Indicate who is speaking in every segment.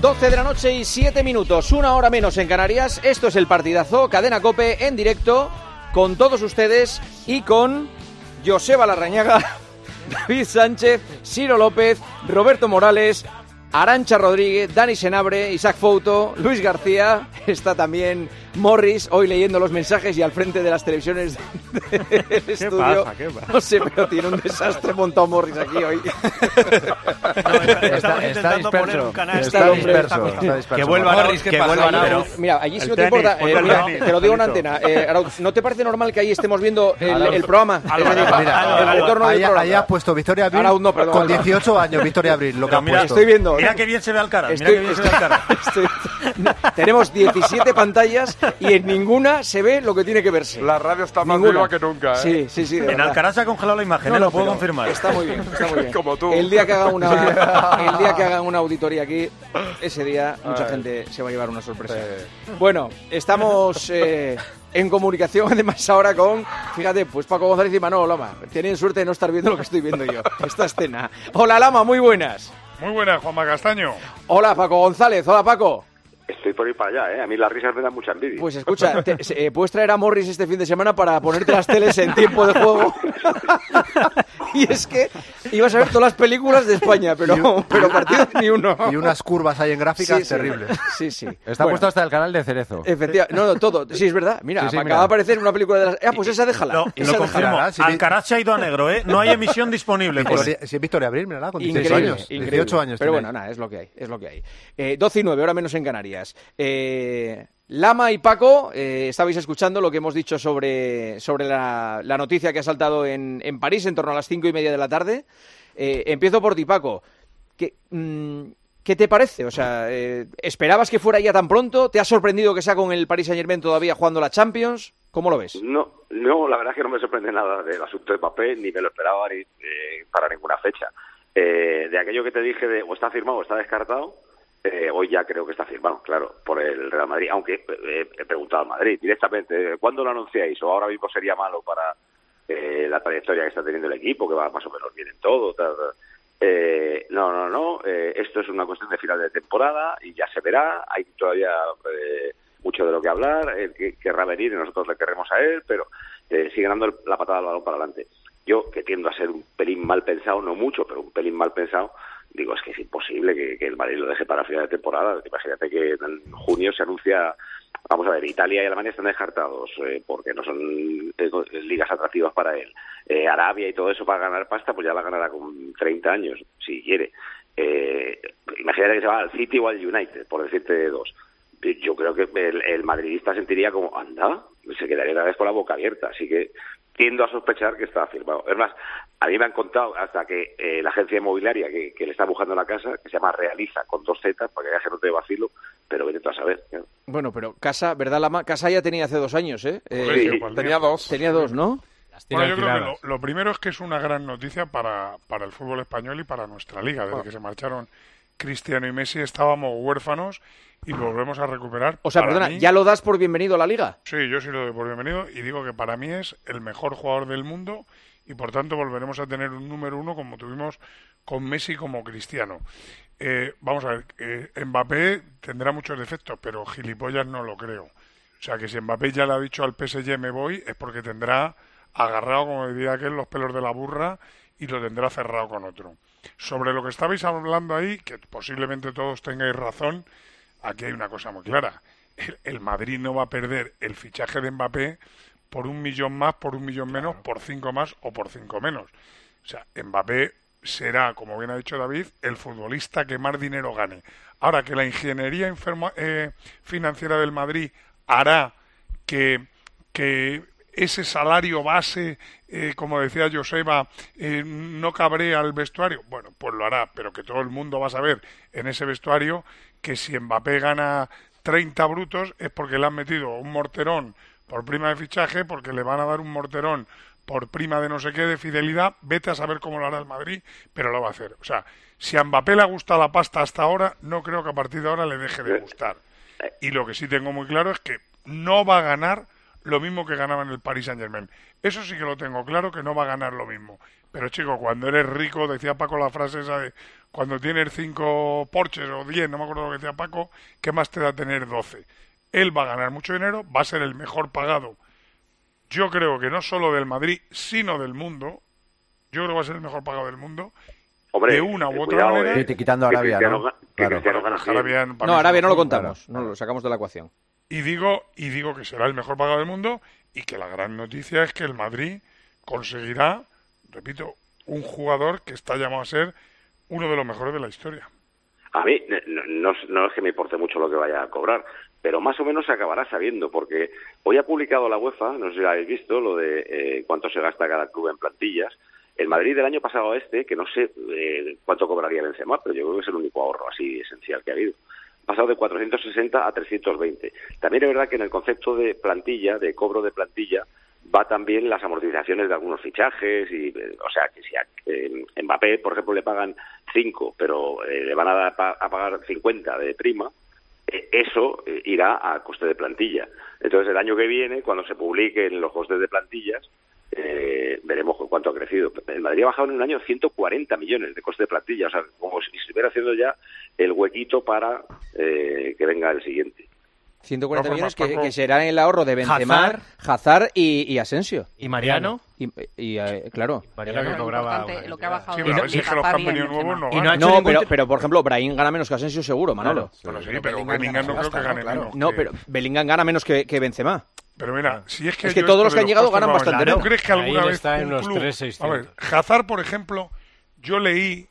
Speaker 1: Doce de la noche y siete minutos, una hora menos en Canarias. Esto es el partidazo, cadena Cope en directo con todos ustedes y con Joseba Larrañaga, David Sánchez, Ciro López, Roberto Morales, Arancha Rodríguez, Dani Senabre, Isaac Fouto, Luis García, está también Morris, hoy leyendo los mensajes y al frente de las televisiones del estudio.
Speaker 2: pasa? ¿Qué pasa?
Speaker 1: No sé, pero tiene un desastre montado Morris aquí hoy.
Speaker 3: Estamos intentando poner un canal.
Speaker 1: Está el hombre-
Speaker 3: Que
Speaker 2: Que vuelva
Speaker 3: Morris, ¿qué
Speaker 2: que
Speaker 3: pasa?
Speaker 2: vuelva
Speaker 3: Oye,
Speaker 2: Arauz.
Speaker 3: pero-
Speaker 1: Mira, allí si
Speaker 2: El
Speaker 1: no te
Speaker 2: tenis,
Speaker 1: importa,
Speaker 2: ponte
Speaker 1: eh,
Speaker 2: al
Speaker 1: mira,
Speaker 2: tenis,
Speaker 1: te lo digo en
Speaker 2: Angelito.
Speaker 1: antena. eh, Arauz, ¿no te parece normal que ahí estemos viendo el, el programa? Es
Speaker 2: Arauz,
Speaker 1: decir,
Speaker 2: Arauz,
Speaker 1: el retorno Ah, del
Speaker 4: Ahí,
Speaker 1: programa.
Speaker 4: ahí has puesto Victoria Abril
Speaker 1: Arauz no, perdón,
Speaker 4: con
Speaker 1: Arauz.
Speaker 4: 18 años, Victoria Abril, lo que
Speaker 2: Pero
Speaker 4: has
Speaker 2: mira,
Speaker 5: Pues
Speaker 2: eh.
Speaker 4: puesto.
Speaker 1: Estoy viendo.
Speaker 2: Mira que bien se ve Alcaraz. Mira
Speaker 1: Estoy-
Speaker 2: que bien se ve Alcaraz.
Speaker 1: Estoy- tenemos 17 pantallas y en ninguna se ve lo que tiene que verse.
Speaker 6: La radio está más
Speaker 1: Ninguna.
Speaker 6: viva que nunca, ¿eh?
Speaker 1: Sí, sí, sí. de
Speaker 2: En
Speaker 1: verdad.
Speaker 2: Alcaraz se ha congelado la imagen,
Speaker 1: No,
Speaker 2: ¿eh?
Speaker 1: no,
Speaker 2: lo puedo
Speaker 1: pero
Speaker 2: confirmar.
Speaker 1: Está muy bien, está muy bien.
Speaker 6: Como tú.
Speaker 1: El día que haga una, el día que haga una auditoría aquí, ese día mucha
Speaker 6: Ay.
Speaker 1: gente se va a llevar una sorpresa.
Speaker 6: Eh.
Speaker 1: Bueno, estamos eh, en comunicación además ahora con, fíjate, pues Paco González y Manolo Lama. Tienen suerte de no estar viendo lo que estoy viendo yo, esta escena. Hola Lama, muy buenas.
Speaker 7: Muy buena, Juanma Castaño.
Speaker 1: Hola Paco González, hola Paco.
Speaker 8: Estoy por ir para allá, ¿eh? A mí las risas me dan mucha envidia.
Speaker 1: Pues escucha, te- se- eh, puedes traer a Morris este fin de semana para ponerte las teles en tiempo de juego. y es que ibas a ver todas las películas de España, pero, pero partidos ni uno.
Speaker 4: Y unas curvas ahí en gráficas
Speaker 1: Sí, sí.
Speaker 4: terribles.
Speaker 1: Sí, sí.
Speaker 3: Está
Speaker 1: Bueno,
Speaker 3: puesto hasta el canal de Cerezo.
Speaker 1: Efectivamente, no, no, todo. Sí, es verdad. Mira,
Speaker 3: Sí, sí,
Speaker 1: acaba
Speaker 3: mira.
Speaker 1: de aparecer una película de las. Ah, pues esa déjala.
Speaker 2: Lo,
Speaker 1: esa
Speaker 2: lo
Speaker 1: déjala.
Speaker 2: confirmo.
Speaker 4: Alcaraz, sí.
Speaker 2: Alcaraz se ha ido a negro, ¿eh? No hay emisión disponible. pues.
Speaker 4: Victoria- si es Victoria Abril, mírala, con 18
Speaker 1: Increíble,
Speaker 4: años.
Speaker 1: increíble.
Speaker 4: 18 años
Speaker 1: Pero
Speaker 4: tiene.
Speaker 1: bueno, nada, es lo que hay. Es lo que hay. Eh, 12 y 9, ahora menos en Canarias. Eh, Lama y Paco, eh, estabais escuchando lo que hemos dicho sobre, sobre la, la noticia que ha saltado en, en París en torno a las 5 y media de la tarde. Eh, empiezo por ti, Paco. ¿Qué, mm, qué te parece? O sea, eh, ¿esperabas que fuera ya tan pronto? ¿Te ha sorprendido que sea con el Paris Saint-Germain todavía jugando la Champions? ¿Cómo lo
Speaker 6: Mm.
Speaker 1: ves?
Speaker 8: No, no, la verdad es que no me sorprende nada del asunto de papel, ni me lo esperaba ni, eh, para ninguna fecha. Eh, de aquello que te dije de o está firmado o está descartado, eh, hoy ya creo que está firmado, claro, por el Real Madrid. Aunque eh, he preguntado al Madrid directamente, eh, ¿cuándo lo anunciáis? O ahora mismo sería malo para eh, la trayectoria que está teniendo el equipo, que va más o menos bien en todo. tal, tal. Eh, no, no, no, eh, esto es una cuestión de final de temporada y ya se verá. Hay todavía eh, mucho de lo que hablar. Él que- querrá venir y nosotros le querremos a él, pero eh, sigue dando el- la patada al balón para adelante. Yo, que tiendo a ser un pelín mal pensado, no mucho, pero un pelín mal pensado, digo, es que es imposible que, que el Madrid lo deje para final de temporada. Imagínate que en junio se anuncia, vamos a ver, Italia y Alemania están descartados eh, porque no son eh, co- ligas atractivas para él. Eh, Arabia y todo eso para ganar pasta, pues ya la ganará con 30 años, si quiere. Eh, imagínate que se va al City o al United, por decirte dos. Yo creo que el, el madridista sentiría como, anda, se quedaría una vez con la boca abierta. Así que tiendo a sospechar que está firmado. Es más, a mí me han contado hasta que eh, la agencia inmobiliaria que, que le está buscando la casa, que se llama Realiza, con dos zetas, para que veas que no te vacilo, pero vete tú a saber. ¿no?
Speaker 1: Bueno, pero Casa, ¿verdad, Lama? Casa ya tenía hace dos años, ¿eh?
Speaker 7: Joder,
Speaker 1: Eh,
Speaker 7: qué pal-
Speaker 6: Tenía dos.
Speaker 1: tenía dos, ¿no?
Speaker 3: tiene
Speaker 7: Bueno, yo creo que
Speaker 3: alquiladas.
Speaker 7: lo, lo primero es que es una gran noticia para, para el fútbol español y para nuestra liga. Desde que se marcharon Cristiano y Messi estábamos huérfanos y lo volvemos a recuperar.
Speaker 1: O sea,
Speaker 7: Para
Speaker 1: perdona,
Speaker 7: mí-
Speaker 1: ¿ya lo das por bienvenido a la liga?
Speaker 7: Sí, yo sí lo doy por bienvenido y digo que para mí es el mejor jugador del mundo y por tanto volveremos a tener un número uno como tuvimos con Messi como Cristiano. Eh, vamos a ver, eh, Mbappé tendrá muchos defectos, pero gilipollas no lo creo. O sea que si Mbappé ya le ha dicho al PSG me voy es porque tendrá agarrado, como diría aquel, los pelos de la burra y lo tendrá cerrado con otro. Sobre lo que estabais hablando ahí, que posiblemente todos tengáis razón, aquí hay una cosa muy clara. El, el Madrid no va a perder el fichaje de Mbappé por un millón más, por un millón menos, por cinco más o por cinco menos. O sea, Mbappé será, como bien ha dicho David, el futbolista que más dinero gane. Ahora que la ingeniería enferma- eh, financiera del Madrid hará que, que ese salario base, eh, como decía Joseba, eh, no cabrea al vestuario. Bueno, pues lo hará, pero que todo el mundo va a saber en ese vestuario que si Mbappé gana 30 brutos es porque le han metido un morterón por prima de fichaje, porque le van a dar un morterón por prima de no sé qué, de fidelidad, vete a saber cómo lo hará el Madrid, pero lo va a hacer. O sea, si a Mbappé le ha gustado la pasta hasta ahora, no creo que a partir de ahora le deje de gustar. Y lo que sí tengo muy claro es que no va a ganar lo mismo que ganaba en el Paris Saint Germain. Eso sí que lo tengo claro, que no va a ganar lo mismo. Pero chico, cuando eres rico, decía Paco la frase esa de cuando tienes cinco porches o diez, no me acuerdo lo que decía Paco, ¿qué más te da tener doce? Él va a ganar mucho dinero, va a ser el mejor pagado. Yo creo que no solo del Madrid, sino del mundo. Yo creo que va a ser el mejor pagado del mundo.
Speaker 8: Hombre,
Speaker 7: de una u
Speaker 8: eh,
Speaker 7: otra
Speaker 8: cuidado,
Speaker 7: manera.
Speaker 8: eh.
Speaker 3: Sí, te quitando a
Speaker 8: Que
Speaker 3: Arabia,
Speaker 8: Cristiano
Speaker 3: ¿no?
Speaker 8: ga- que
Speaker 3: Claro.
Speaker 8: Cristiano gana cien.
Speaker 7: Arabia, para
Speaker 1: No,
Speaker 7: mí,
Speaker 1: Arabia no lo
Speaker 7: son-
Speaker 1: contamos, no lo sacamos de la ecuación.
Speaker 7: y digo, y digo que será el mejor pagado del mundo y que la gran noticia es que el Madrid conseguirá, repito, un jugador que está llamado a ser uno de los mejores de la historia.
Speaker 8: A mí eh, no, no es- no es que me importe mucho lo que vaya a cobrar, pero más o menos se acabará sabiendo, porque hoy ha publicado la UEFA, no sé si lo habéis visto, lo de eh, cuánto se gasta cada club en plantillas. El Madrid del año pasado a este, que no sé eh, cuánto cobraría Benzema, pero yo creo que es el único ahorro así esencial que ha habido. Ha Pasado de 460 a 320. También es verdad que en el concepto de plantilla, de cobro de plantilla, va también las amortizaciones de algunos fichajes y eh, o sea que si a eh, Mbappé por ejemplo le pagan 5 pero eh, le van a, dar pa- a pagar 50 de prima eh, eso eh, irá a coste de plantilla entonces el año que viene cuando se publiquen los costes de plantillas eh, veremos cu- cuánto ha crecido el Madrid ha bajado en un año 140 millones de coste de plantilla o sea como si estuviera haciendo ya el huequito para eh, que venga el siguiente
Speaker 1: 140
Speaker 7: Ojo,
Speaker 1: millones
Speaker 7: Paco.
Speaker 1: que, que serán el ahorro de Benzema,
Speaker 6: Hazard.
Speaker 1: Hazard y, y Asensio.
Speaker 6: Pues, ¿Y Mariano?
Speaker 1: Y, y, eh, claro.
Speaker 6: Mariano que cobraba.
Speaker 5: importante,
Speaker 6: una
Speaker 5: lo que ha
Speaker 6: barbaridad.
Speaker 5: bajado.
Speaker 7: Sí, pero a ver si es que los que han
Speaker 5: Benzema.
Speaker 7: venido nuevos no
Speaker 6: Y no ha
Speaker 7: ganan.
Speaker 6: hecho
Speaker 1: No,
Speaker 6: ningún
Speaker 1: pero,
Speaker 6: tri-
Speaker 1: pero por ejemplo, Brahim gana menos que Asensio seguro, Manolo.
Speaker 7: Bueno, sí, pero Bellingham no creo que gane menos.
Speaker 1: No,
Speaker 7: que-
Speaker 1: pero Bellingham gana menos que, que Benzema.
Speaker 7: Pero mira, si es que,
Speaker 1: Es que
Speaker 7: yo
Speaker 1: todos
Speaker 7: esto
Speaker 1: los que
Speaker 7: de
Speaker 1: han llegado
Speaker 7: costes,
Speaker 1: ganan
Speaker 7: vamos,
Speaker 1: bastante,
Speaker 7: ¿No
Speaker 1: ¿no?
Speaker 7: crees que alguna
Speaker 6: Ahí
Speaker 7: vez
Speaker 6: está
Speaker 7: un
Speaker 6: en los
Speaker 7: club-
Speaker 6: 3.600.
Speaker 7: A ver, Hazard, por ejemplo, yo leí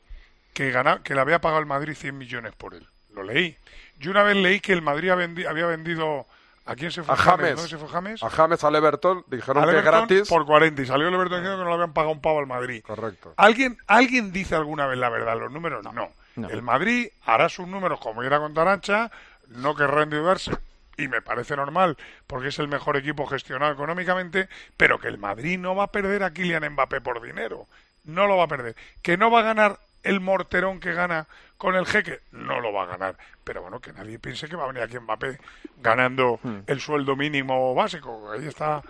Speaker 7: que gana- que le había pagado el Madrid 100 millones por él. Lo leí. Yo una vez leí que el Madrid ha vendi- había vendido ¿A quién se fue
Speaker 9: A James.
Speaker 7: ¿Dónde se fue James?
Speaker 9: A James, al Everton, dijeron
Speaker 7: Al
Speaker 9: que
Speaker 7: Everton
Speaker 9: gratis.
Speaker 7: por 40 y salió el Everton diciendo que no le habían pagado un pavo al Madrid.
Speaker 9: Correcto.
Speaker 7: ¿Alguien, ¿Alguien dice alguna vez la verdad? ¿Los números? No. El Madrid hará sus números como quiera con Tarancha, no querrá endeudarse. Y me parece normal, porque es el mejor equipo gestionado económicamente, pero que el Madrid no va a perder a Kylian Mbappé por dinero. No lo va a perder. Que no va a ganar el morterón que gana con el jeque, no lo va a ganar. Pero bueno, que nadie piense que va a venir aquí Mbappé ganando el sueldo mínimo básico. Ahí está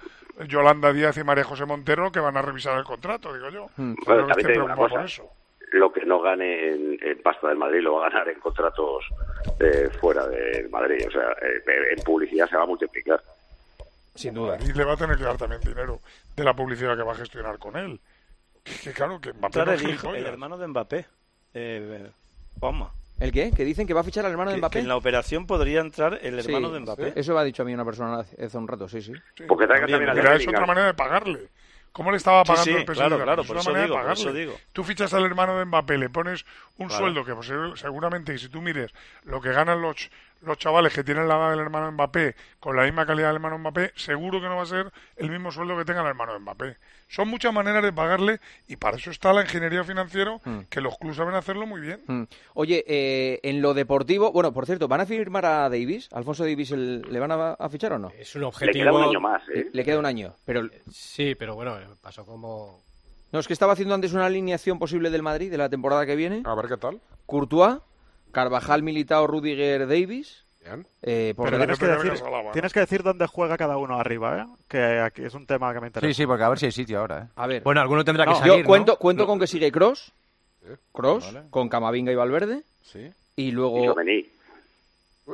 Speaker 7: Yolanda Díaz y María José Montero que van a revisar el contrato, digo yo. No creo que
Speaker 8: también
Speaker 7: esté
Speaker 8: te digo una
Speaker 7: preocupado por
Speaker 8: cosa.
Speaker 7: eso.
Speaker 8: lo que no gane en, en pasta del Madrid lo va a ganar en contratos eh, fuera del Madrid. O sea, eh, en publicidad se va a multiplicar.
Speaker 1: Sin duda.
Speaker 7: Y le va a tener que dar también dinero de la publicidad que va a gestionar con él. Que, que claro, que Mbappé no
Speaker 10: Entrar
Speaker 7: es
Speaker 10: el, hijo, el
Speaker 7: gilipollas.
Speaker 10: hermano de Mbappé, el, Juanma.
Speaker 1: ¿El qué? ¿Que dicen que va a fichar al hermano de
Speaker 10: Que-
Speaker 1: Mbappé?
Speaker 10: que en la operación podría entrar el
Speaker 1: Sí,
Speaker 10: hermano de Mbappé.
Speaker 1: Eso me ha dicho a mí una persona hace hace un rato, sí, sí.
Speaker 7: Sí.
Speaker 8: Porque traiga
Speaker 10: También,
Speaker 8: también,
Speaker 7: Pero
Speaker 8: a
Speaker 7: es
Speaker 8: Bellingham.
Speaker 7: otra manera de pagarle. ¿Cómo le estaba
Speaker 10: Sí,
Speaker 7: pagando
Speaker 10: sí,
Speaker 7: el PSG?
Speaker 10: claro, claro,
Speaker 7: es
Speaker 10: por
Speaker 7: una
Speaker 10: eso
Speaker 7: manera
Speaker 10: digo,
Speaker 7: de
Speaker 10: por eso
Speaker 7: pagarle.
Speaker 10: digo.
Speaker 7: Tú fichas al hermano de Mbappé, le pones un
Speaker 10: Claro.
Speaker 7: sueldo que pues, se- seguramente, si tú mires lo que ganan los, los chavales que tienen la edad del hermano de Mbappé con la misma calidad del hermano de Mbappé, seguro que no va a ser el mismo sueldo que tenga el hermano de Mbappé. Son muchas maneras de pagarle y para eso está la ingeniería financiera
Speaker 10: Hmm.
Speaker 7: que los clubes saben hacerlo muy bien.
Speaker 1: Mm. Oye, eh, en lo deportivo, bueno, por cierto, ¿van a firmar a Davis? ¿Alfonso Davis el- le van a, a fichar o no?
Speaker 6: Es un
Speaker 8: Le queda un
Speaker 6: objetivo.
Speaker 8: año más, ¿eh?
Speaker 1: Le queda un año, pero
Speaker 6: Sí, pero bueno, pasó como.
Speaker 1: no es que estaba haciendo antes una alineación posible del Madrid de la temporada que viene.
Speaker 11: Ah.
Speaker 9: A ver qué tal.
Speaker 1: Courtois, Carvajal, Militao, Rudiger, Davis.
Speaker 9: Bien.
Speaker 1: eh, por
Speaker 7: Pero
Speaker 1: delante-
Speaker 7: tienes que decir-
Speaker 5: Tienes que decir dónde juega cada uno arriba, ¿eh? Que aquí es un tema que me interesa.
Speaker 3: Sí, sí, porque a ver si hay sitio ahora, ¿eh?
Speaker 1: A ver,
Speaker 6: Bueno, alguno tendrá que
Speaker 1: No,
Speaker 6: salir.
Speaker 1: yo
Speaker 6: ¿no?
Speaker 1: cuento, cuento con que sigue Cross,
Speaker 9: Sí.
Speaker 1: Cross,
Speaker 9: Vale.
Speaker 1: con Camavinga y Valverde,
Speaker 9: Sí.
Speaker 1: y
Speaker 8: Y
Speaker 1: luego.
Speaker 8: Tchouaméni.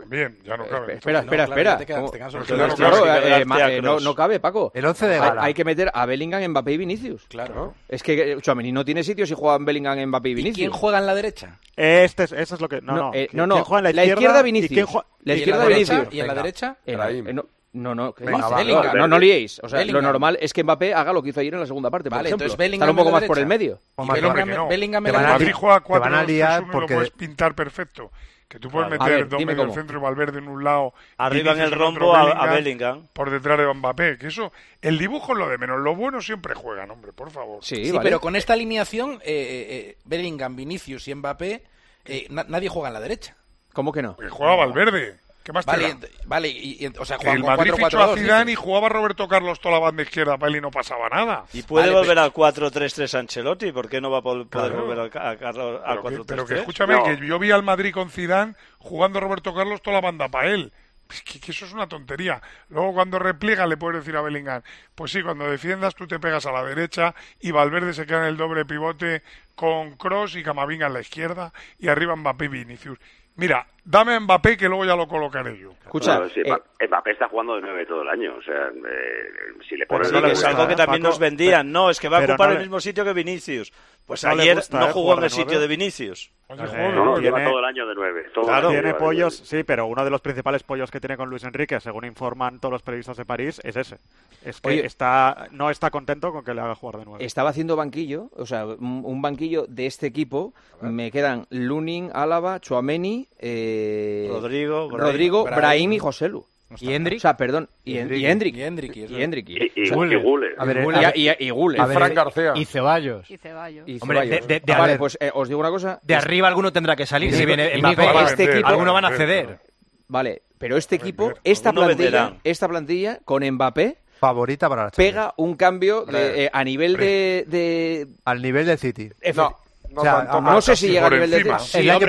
Speaker 7: Bien, ya no cabe.
Speaker 1: Espera, espera,
Speaker 3: claro,
Speaker 1: espera.
Speaker 3: te quedas-
Speaker 1: ¿Cómo?
Speaker 3: te quedas
Speaker 1: Pues
Speaker 7: solo
Speaker 1: claro,
Speaker 7: con Kroos.
Speaker 1: claro,
Speaker 10: Sí,
Speaker 1: eh,
Speaker 10: delante
Speaker 1: ma-
Speaker 10: a
Speaker 1: eh, no,
Speaker 10: Kroos.
Speaker 1: no cabe, Paco.
Speaker 4: El 11 de
Speaker 1: Hay,
Speaker 4: Gala.
Speaker 1: hay que meter a Bellingham, Mbappé y Vinicius.
Speaker 3: Claro.
Speaker 1: Es que eh, Tchouaméni no tiene sitio si juegan Bellingham, Mbappé y Vinicius.
Speaker 3: ¿Quién juega en la derecha?
Speaker 5: Este es, eso es lo que. No, no.
Speaker 1: eh,
Speaker 5: ¿Quién juega en
Speaker 1: la izquierda,
Speaker 5: ¿Y
Speaker 1: Vinicius.
Speaker 5: quién juega-
Speaker 1: La
Speaker 3: ¿Y en
Speaker 1: izquierda
Speaker 3: la derecha?
Speaker 1: Vinicius.
Speaker 3: ¿Y en la derecha?
Speaker 1: Eh,
Speaker 9: Brahim.
Speaker 1: eh, no, No, no, que-
Speaker 3: Venga,
Speaker 1: Dice
Speaker 3: va,
Speaker 1: Bellingham.
Speaker 3: va,
Speaker 1: no, no
Speaker 3: Bellingham.
Speaker 1: liéis. O sea,
Speaker 3: Bellingham.
Speaker 1: lo normal es que Mbappé haga lo que hizo ayer en la segunda parte.
Speaker 3: Vale,
Speaker 1: por ejemplo.
Speaker 3: entonces Bellingham
Speaker 1: Estar un poco
Speaker 3: en la
Speaker 1: más por el
Speaker 3: derecha.
Speaker 1: medio.
Speaker 3: Y Bellingham-
Speaker 7: Hombre, que no.
Speaker 3: Bellingham
Speaker 7: Que
Speaker 3: en la
Speaker 7: Madrid
Speaker 3: derecha.
Speaker 7: juega
Speaker 3: Te van a
Speaker 7: 4
Speaker 3: liar
Speaker 7: lo
Speaker 3: porque-
Speaker 7: puedes pintar perfecto. Que tú puedes
Speaker 10: Claro.
Speaker 7: meter
Speaker 10: A ver,
Speaker 7: dos
Speaker 10: dime
Speaker 7: medios del
Speaker 10: cómo.
Speaker 7: centro y Valverde en un lado.
Speaker 10: Arriba en
Speaker 7: Vinicius
Speaker 10: el
Speaker 7: otro,
Speaker 10: rombo a- a Bellingham.
Speaker 7: Por detrás de Mbappé. Que eso, el dibujo es lo de menos. Los buenos siempre juegan, hombre, por favor.
Speaker 1: Sí,
Speaker 3: Sí, pero con esta alineación, eh, eh, eh, Bellingham, Vinicius y Mbappé, eh, na- nadie juega en la derecha.
Speaker 1: ¿Cómo que no?
Speaker 7: Jugaba Valverde. ¿Qué más te
Speaker 3: Vale,
Speaker 7: da?
Speaker 3: ent- vale y, y ent- o sea,
Speaker 7: el
Speaker 3: juegan con
Speaker 7: Madrid fichó
Speaker 3: 4-4-2.
Speaker 7: a Zidane y jugaba Roberto Carlos toda la banda izquierda para él y no pasaba nada.
Speaker 10: Y puede
Speaker 7: Vale,
Speaker 10: volver al 4-3-3 Ancelotti, ¿por qué no va a pol- poder
Speaker 7: Claro.
Speaker 10: volver al, ca- a Carlos- al
Speaker 7: Pero que,
Speaker 10: 4-3-3?
Speaker 7: pero que escúchame, que yo vi al Madrid con Zidane jugando Roberto Carlos toda la banda para él. Es que, que eso es una tontería. Luego cuando repliega le puedes decir a Bellingham, pues sí, cuando defiendas tú te pegas a la derecha y Valverde se queda en el doble pivote con Cross y Camavinga en la izquierda y arriba Mbappé y Vinicius. Mira, dame a Mbappé que luego ya lo colocaré yo.
Speaker 1: Escucha, eh,
Speaker 8: Claro, sí, Mbappé- Mbappé está jugando de nueve todo el año. O sea, eh, si le pones
Speaker 10: Pero no, es
Speaker 7: ¿eh,
Speaker 10: algo que también nos vendían, no, es que va a
Speaker 8: pero
Speaker 10: ocupar
Speaker 8: no
Speaker 10: el
Speaker 8: le-
Speaker 10: mismo sitio que Vinicius. Pues
Speaker 5: No le
Speaker 10: ayer
Speaker 5: gusta,
Speaker 10: no
Speaker 5: ¿eh?
Speaker 10: jugó
Speaker 5: jugar
Speaker 10: en
Speaker 5: de
Speaker 10: el sitio
Speaker 5: nueve.
Speaker 10: de Vinicius.
Speaker 8: No, no, lleva todo el año de nueve. Todo el año
Speaker 5: tiene
Speaker 8: lleva de
Speaker 5: pollos, sí, pero uno de los principales pollos que tiene con Luis Enrique, según informan todos los periodistas de París, es ese. Es que
Speaker 1: Oye.
Speaker 5: está, no está contento con que le haga jugar de nuevo.
Speaker 1: Estaba haciendo banquillo, o sea, un un banquillo de este equipo. Me quedan Lunin, Álava, Chuameni, eh,
Speaker 10: Rodrigo, Brahim.
Speaker 1: Rodrigo,
Speaker 10: Brahim.
Speaker 1: Brahim y Joselu.
Speaker 3: ¿Y Hendrik?
Speaker 1: O sea, perdón, y, en- y Hendrik.
Speaker 3: Y Hendrik, es
Speaker 1: Y
Speaker 3: verdad.
Speaker 1: Hendrik.
Speaker 3: Y- y
Speaker 1: O sea,
Speaker 3: Guller. Guller.
Speaker 1: A ver,
Speaker 3: Y
Speaker 1: Guller.
Speaker 3: y- y- y Guller. Y Fran García.
Speaker 9: Y Ceballos.
Speaker 12: Y Ceballos.
Speaker 1: Y
Speaker 9: Hombre,
Speaker 1: Ceballos.
Speaker 9: de- de- de-
Speaker 1: Ah, vale,
Speaker 9: a ver.
Speaker 1: pues eh, os digo una cosa.
Speaker 9: De
Speaker 1: Es-
Speaker 9: arriba alguno tendrá que salir.
Speaker 1: Y
Speaker 9: Si
Speaker 1: digo-
Speaker 9: viene
Speaker 1: y
Speaker 9: Mbappé,
Speaker 1: digo,
Speaker 9: este equipo, alguno van a ceder.
Speaker 1: Vale, pero este equipo, esta
Speaker 10: Alguno
Speaker 1: plantilla,
Speaker 10: venderán.
Speaker 1: esta plantilla con Mbappé
Speaker 4: Favorita para la
Speaker 1: pega un cambio de-
Speaker 4: Hombre.
Speaker 1: eh, a nivel de, de-
Speaker 4: Al nivel del City.
Speaker 1: Efe-
Speaker 4: no tanto,
Speaker 1: no sé si llega a nivel de
Speaker 4: el año,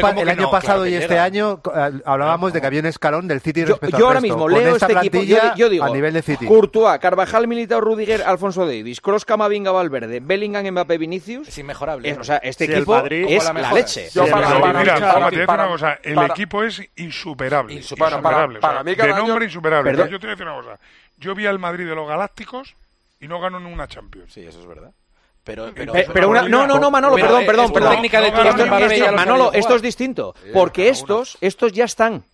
Speaker 4: pa- el año pasado y este año co- eh, hablábamos de que había un escalón del City
Speaker 1: Yo, yo
Speaker 4: respecto al
Speaker 1: ahora
Speaker 4: resto.
Speaker 1: mismo
Speaker 4: Con
Speaker 1: leo
Speaker 4: esta
Speaker 1: este equipo, yo,
Speaker 4: plantilla,
Speaker 1: yo digo,
Speaker 4: a nivel de City.
Speaker 1: Courtois, Carvajal, Militao, Rudiger, Alfonso Davis, Kroos, Camavinga, Valverde, Bellingham, Mbappé, Vinicius. Es
Speaker 9: inmejorable.
Speaker 1: o sea, este
Speaker 5: Si el
Speaker 1: equipo
Speaker 5: Madrid-
Speaker 1: es
Speaker 5: Ojalá
Speaker 1: la
Speaker 5: mejore.
Speaker 1: leche.
Speaker 5: Yo Sí, para-
Speaker 7: Pero
Speaker 5: para
Speaker 7: mira,
Speaker 5: mí,
Speaker 7: Juanma,
Speaker 5: para-
Speaker 7: te voy a decir
Speaker 5: para-
Speaker 7: una cosa. El
Speaker 5: para-
Speaker 7: equipo es insuperable.
Speaker 5: Insuperable.
Speaker 7: Insuperable, o sea,
Speaker 5: Para mí cada
Speaker 7: de
Speaker 5: año-
Speaker 7: nombre insuperable.
Speaker 5: Perdón.
Speaker 7: Pero yo te voy a decir una cosa. Yo vi al Madrid de los Galácticos y no ganó ninguna Champions.
Speaker 9: Sí, eso es verdad. Pero,
Speaker 1: Pe- Pero, una- no, no, no, Manolo,
Speaker 7: Pero,
Speaker 1: perdón,
Speaker 7: eh,
Speaker 1: perdón,
Speaker 7: es por
Speaker 1: perdón.
Speaker 7: técnica de turno,
Speaker 1: Esto es
Speaker 7: Mbappé ya
Speaker 1: distinto.
Speaker 7: lo sabía
Speaker 1: Manolo,
Speaker 7: jugar.
Speaker 1: esto es distinto. Porque estos, estos ya están.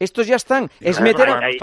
Speaker 1: Estos ya están. Es
Speaker 8: Pero
Speaker 1: meter.
Speaker 8: hay-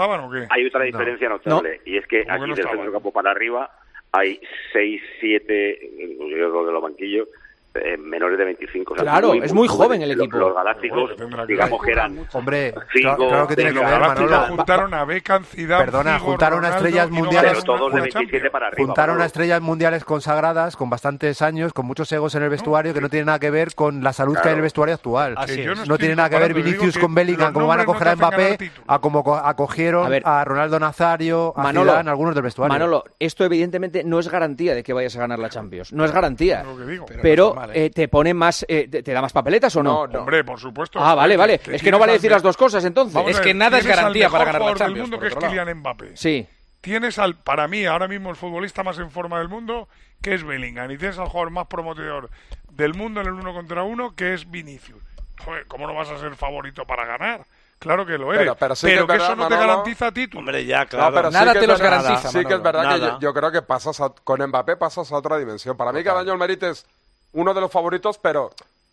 Speaker 8: Hay otra diferencia notable, y es que
Speaker 1: ¿Cómo que
Speaker 8: aquí
Speaker 1: no
Speaker 8: del
Speaker 1: estaban?
Speaker 8: centro campo para arriba hay 6, 7, yo creo que los banquillos, eh, menores de 25. o sea,
Speaker 1: Claro, es muy joven el
Speaker 8: Los-
Speaker 1: equipo.
Speaker 8: Los, galácticos, digamos que eran
Speaker 4: Hombre, cla-
Speaker 8: cinco,
Speaker 4: claro, que tiene que
Speaker 8: seis
Speaker 4: ver,
Speaker 8: galácticos.
Speaker 4: Manolo.
Speaker 7: Juntaron a Beckham, Zidane,
Speaker 4: Perdona,
Speaker 7: Figo,
Speaker 4: juntaron a
Speaker 7: Ronaldo
Speaker 4: estrellas
Speaker 7: y no
Speaker 4: mundiales.
Speaker 7: ganaron
Speaker 8: Todos de
Speaker 7: una
Speaker 8: 27 para arriba.
Speaker 4: Juntaron
Speaker 8: Manolo.
Speaker 4: a estrellas mundiales consagradas con bastantes años, con muchos egos en el vestuario, que no tiene nada que ver con la salud que hay en el
Speaker 8: Claro.
Speaker 4: vestuario actual.
Speaker 8: Así Que yo es. no
Speaker 4: No
Speaker 8: estoy
Speaker 4: tiene nada que ver
Speaker 8: comparando, digo
Speaker 4: Vinicius
Speaker 8: que
Speaker 4: con Bellingham,
Speaker 8: los
Speaker 4: como van a
Speaker 8: nombres
Speaker 4: coger
Speaker 8: no
Speaker 4: a
Speaker 8: te hacen ganar
Speaker 4: Mbappé, a como co- acogieron a,
Speaker 1: ver.
Speaker 4: Ronaldo Nazario, a
Speaker 1: Manolo,
Speaker 4: Zidane, algunos del vestuario.
Speaker 1: Manolo, esto evidentemente no es garantía de que vayas a ganar la Champions. No es garantía.
Speaker 7: Lo que digo.
Speaker 1: Pero, eh, te pone más, eh, te, te da más papeletas o no?
Speaker 7: Hombre, por supuesto.
Speaker 1: Ah, vale, vale.
Speaker 7: Que
Speaker 1: Es que no
Speaker 7: tienes
Speaker 1: vale
Speaker 7: al
Speaker 1: decir
Speaker 7: me-
Speaker 1: las dos cosas entonces.
Speaker 7: Vamos a ver, tienes al mejor
Speaker 1: la
Speaker 7: jugador del mundo que es Kylian Mbappé.
Speaker 1: Sí.
Speaker 7: Tienes al, para mí, ahora mismo el futbolista más en forma del mundo, que es Bellingham. Y tienes al jugador más prometedor del mundo en el uno contra uno, que es Vinicius. Joder, ¿cómo no vas a ser favorito para ganar? Claro que lo eres.
Speaker 11: Pero- pero sí que es
Speaker 7: que, eso
Speaker 11: verdad,
Speaker 7: no te
Speaker 11: Manolo.
Speaker 7: garantiza título.
Speaker 10: Hombre, ya,
Speaker 11: No, pero sí que es verdad- Sí que es verdad que
Speaker 10: Nada.
Speaker 11: yo, yo creo que pasas a- con Mbappé pasas a otra dimensión. Para mí cada año el Merit es uno de los favoritos, pero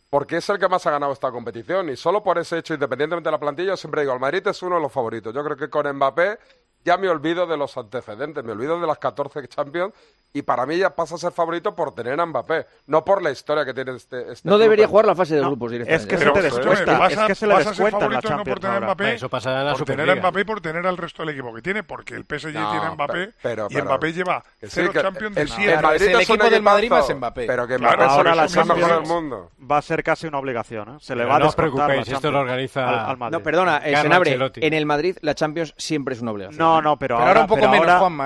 Speaker 11: porque es el que más ha ganado esta competición y solo por ese hecho, independientemente de la plantilla, yo siempre digo, el Madrid es uno de los favoritos. Yo creo que con Mbappé ya me olvido de los antecedentes, me olvido de las 14 Champions y para mí ya pasa a ser favorito por tener a Mbappé, no por la historia que tiene este... este
Speaker 1: No
Speaker 11: club.
Speaker 1: debería jugar la fase de grupos directamente.
Speaker 7: vas a ser favorito no por tener a Mbappé,
Speaker 9: Bueno, eso pasará en la
Speaker 7: por tener a
Speaker 9: Superliga.
Speaker 7: Mbappé y por tener al resto del equipo que tiene, porque el PSG
Speaker 11: No,
Speaker 7: tiene a Mbappé
Speaker 11: pe- pero-
Speaker 7: y
Speaker 11: pero-
Speaker 7: Mbappé lleva
Speaker 11: que sí,
Speaker 7: cero
Speaker 11: que
Speaker 7: Champions
Speaker 11: el-
Speaker 7: de
Speaker 11: el
Speaker 7: siete.
Speaker 11: Madrid es un equipazo, pero que Mbappé es el
Speaker 5: ahora la
Speaker 11: mejor del
Speaker 5: Champions
Speaker 11: mundo.
Speaker 5: va a ser casi una obligación. ¿eh? Se le
Speaker 1: Pero
Speaker 5: va a
Speaker 1: no os
Speaker 5: descontar la
Speaker 1: preocupéis, esto lo
Speaker 5: Champions
Speaker 1: organiza-
Speaker 5: al- al Madrid.
Speaker 1: No, perdona, eh, Senabre, en el Madrid la Champions siempre es una obligación.
Speaker 5: No, no, pero, ahora, pero ahora-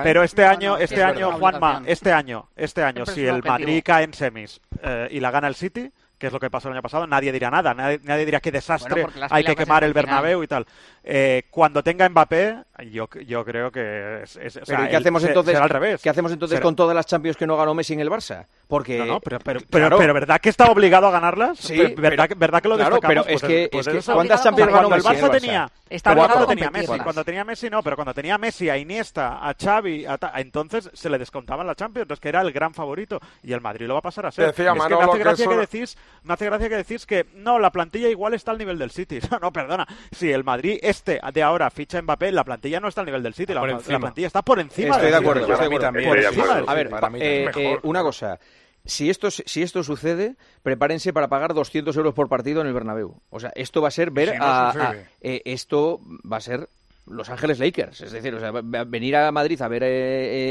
Speaker 3: ¿eh?
Speaker 5: Pero este año, este año, Juanma, este año, este año,
Speaker 1: Siempre
Speaker 5: si
Speaker 1: es un
Speaker 5: el
Speaker 1: objetivo.
Speaker 5: Madrid cae en semis eh, y la gana el City, que es lo que pasó el año pasado, nadie dirá nada, nadie, nadie dirá qué desastre,
Speaker 13: porque las
Speaker 5: hay que
Speaker 13: pilas
Speaker 5: quemar
Speaker 13: es
Speaker 5: el
Speaker 13: al final.
Speaker 5: Bernabéu y tal. Eh, cuando tenga Mbappé, yo, yo creo que es, es- o sea,
Speaker 1: Pero ¿y qué
Speaker 5: el-
Speaker 1: hacemos
Speaker 5: se-
Speaker 1: entonces?
Speaker 5: será al revés.
Speaker 1: ¿Qué hacemos entonces
Speaker 5: Será-
Speaker 1: con todas las Champions que no ganó Messi en el Barça? Porque,
Speaker 5: No, no, pero, pero,
Speaker 1: claro.
Speaker 5: pero- pero ¿verdad que está obligado a ganarlas?
Speaker 1: Sí,
Speaker 5: Ver- ¿verdad,
Speaker 1: pero-
Speaker 5: ¿Verdad que lo
Speaker 1: claro,
Speaker 5: destacamos?
Speaker 1: pero es
Speaker 5: Pues
Speaker 1: que-
Speaker 5: el- pues
Speaker 1: es que
Speaker 5: eso.
Speaker 1: ¿cuántas Champions ganó
Speaker 5: cuando el
Speaker 1: Messi,
Speaker 5: Barça
Speaker 1: el Barça?
Speaker 5: tenía,
Speaker 1: Está
Speaker 5: cuando
Speaker 1: obligado
Speaker 5: el Barça
Speaker 1: a
Speaker 5: tenía
Speaker 1: competir,
Speaker 5: Messi,
Speaker 1: ¿verdad?
Speaker 5: cuando tenía Messi no, pero cuando tenía Messi, a Iniesta, a Xavi, a ta- entonces se le descontaban la Champions, entonces que era el gran favorito y el Madrid lo va a pasar a ser.
Speaker 11: Decía
Speaker 5: es que me
Speaker 11: Manolo
Speaker 5: hace
Speaker 11: que
Speaker 5: gracia
Speaker 11: es
Speaker 5: que
Speaker 11: una-
Speaker 5: decís, me hace gracia que decís que no, la plantilla igual está al nivel del City. No, no, perdona. Si el Madrid este de ahora ficha a Mbappé, la plantilla no está al nivel del City, la,
Speaker 1: por
Speaker 5: la
Speaker 1: encima.
Speaker 5: plantilla está por encima.
Speaker 1: Estoy
Speaker 5: del
Speaker 1: de
Speaker 5: City.
Speaker 1: acuerdo. estoy de acuerdo.
Speaker 5: Por
Speaker 1: Por
Speaker 5: encima
Speaker 1: encima.
Speaker 5: del
Speaker 1: A ver,
Speaker 5: City.
Speaker 1: pa- eh, eh, una cosa. Si esto, es- si esto sucede, prepárense para pagar 200 euros por partido en el Bernabéu. O sea, esto va a ser ver
Speaker 12: Si no
Speaker 1: a,
Speaker 12: sucede.
Speaker 1: a- eh, esto va a ser Los Ángeles Lakers. Es decir, o sea, va- va- venir a Madrid a ver eh,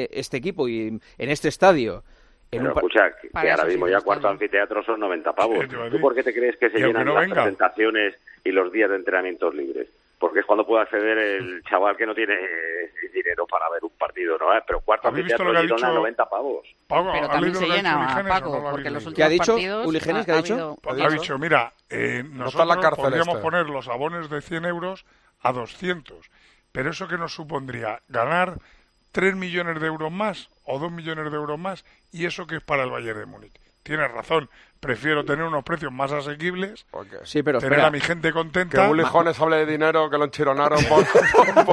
Speaker 1: eh, este equipo y en este estadio. En
Speaker 8: Pero
Speaker 1: un pa-
Speaker 8: escucha, que, que
Speaker 1: Para eso
Speaker 8: ahora
Speaker 1: sí
Speaker 8: mismo
Speaker 1: que
Speaker 8: ya
Speaker 1: está
Speaker 8: cuarto anfiteatro son 90 pavos.
Speaker 1: Sí, te iba a
Speaker 8: ¿Tú
Speaker 1: decir.
Speaker 8: por qué te crees que se
Speaker 1: Y aunque
Speaker 8: llenan
Speaker 1: no
Speaker 8: las
Speaker 1: venga.
Speaker 8: presentaciones y los días de entrenamientos libres? Porque es cuando puede acceder
Speaker 1: Mm.
Speaker 8: el chaval que no tiene eh, dinero para ver un partido, ¿no? Eh, Pero cuarto
Speaker 7: ¿Habéis visto
Speaker 8: anfiteatro
Speaker 7: lo que ha
Speaker 8: Girona,
Speaker 7: dicho-
Speaker 8: 90 pavos.
Speaker 7: ¿ha
Speaker 13: Pero también
Speaker 7: leído
Speaker 13: se
Speaker 7: lo que ha dicho
Speaker 13: llena,
Speaker 7: Uligenes
Speaker 13: Paco,
Speaker 7: o no lo habéis
Speaker 13: porque los
Speaker 7: leído?
Speaker 13: últimos partidos... ha- ha habido-
Speaker 7: Ha dicho, mira, eh,
Speaker 11: No está
Speaker 7: nosotros
Speaker 11: en la cárcel
Speaker 7: podríamos
Speaker 11: este.
Speaker 7: poner los abonos de 100 euros a 200, pero eso que nos supondría ganar 3 millones de euros más o 2 millones de euros más, y eso que es para el Bayern de Múnich. Tienes razón, prefiero tener unos precios más asequibles,
Speaker 1: Sí, pero
Speaker 7: tener
Speaker 1: espera.
Speaker 7: a mi gente
Speaker 11: Que
Speaker 7: contenta.
Speaker 11: Bulijones hable de dinero, que lo enchironaron por...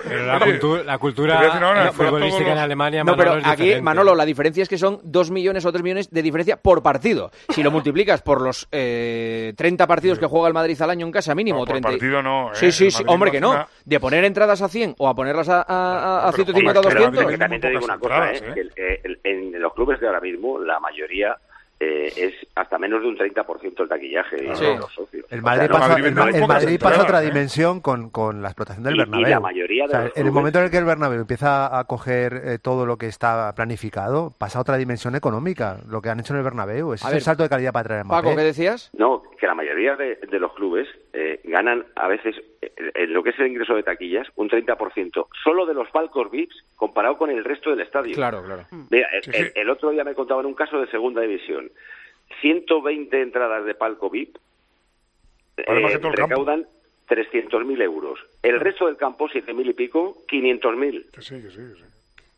Speaker 6: Pero la, cultu- la
Speaker 11: Te
Speaker 6: cultura
Speaker 11: voy a decir ahora,
Speaker 6: eh,
Speaker 11: pero
Speaker 6: futbolística
Speaker 11: todos
Speaker 6: en
Speaker 11: los-
Speaker 6: Alemania
Speaker 1: No, pero
Speaker 6: Manolo, es
Speaker 1: aquí,
Speaker 6: diferente.
Speaker 1: Manolo, la diferencia es que son 2 millones o 3 millones de diferencia por partido. Si lo multiplicas por los eh, 30 partidos que juega el Madrid al año en casa, mínimo.
Speaker 7: No, por
Speaker 1: 30...
Speaker 7: partido no, ¿eh?
Speaker 1: Sí, sí,
Speaker 7: El
Speaker 1: sí,
Speaker 7: Madrid
Speaker 1: hombre, que
Speaker 7: no
Speaker 1: no.
Speaker 7: hace
Speaker 1: De poner entradas a 100 o a ponerlas a, a, a, a 150 o
Speaker 8: Sí, pero que
Speaker 1: 200.
Speaker 8: también te digo una cosa, ¿eh? Que el- el- el- en los clubes de ahora mismo la mayoría eh, es hasta menos de un 30% el taquillaje y
Speaker 1: Sí.
Speaker 8: no los socios.
Speaker 4: El
Speaker 8: O
Speaker 4: Madrid
Speaker 8: sea, no,
Speaker 4: pasa, el,
Speaker 8: Madrid vende muy
Speaker 4: el
Speaker 8: pocas
Speaker 4: Madrid pasa a
Speaker 8: entradas,
Speaker 4: otra
Speaker 8: ¿eh?
Speaker 4: dimensión con, con la explotación del
Speaker 8: Y- y la
Speaker 4: Bernabéu.
Speaker 8: mayoría de
Speaker 4: O sea,
Speaker 8: los
Speaker 4: en el
Speaker 8: clubes-
Speaker 4: momento en el que el Bernabéu empieza a coger eh, todo lo que está planificado, pasa a otra dimensión económica. Lo que han hecho en el Bernabéu es
Speaker 8: A
Speaker 4: el
Speaker 8: ver,
Speaker 4: salto de calidad para traer a Mbappé.
Speaker 1: Paco, ¿qué decías?
Speaker 8: No, que la mayoría de, de los clubes eh, ganan a veces eh, en lo que es el ingreso de taquillas un 30% solo de los palcos VIPs comparado con el resto del estadio.
Speaker 1: Claro, claro.
Speaker 13: Mm,
Speaker 8: Mira, el, el- el otro día me contaban un caso de segunda división. 120 entradas de palco VIP eh,
Speaker 7: Vale más que todo el campo.
Speaker 8: recaudan 300.000 euros. El
Speaker 9: Ah.
Speaker 8: resto del campo, 7.000 y pico, 500.000.
Speaker 7: Sí, que sí, que sí.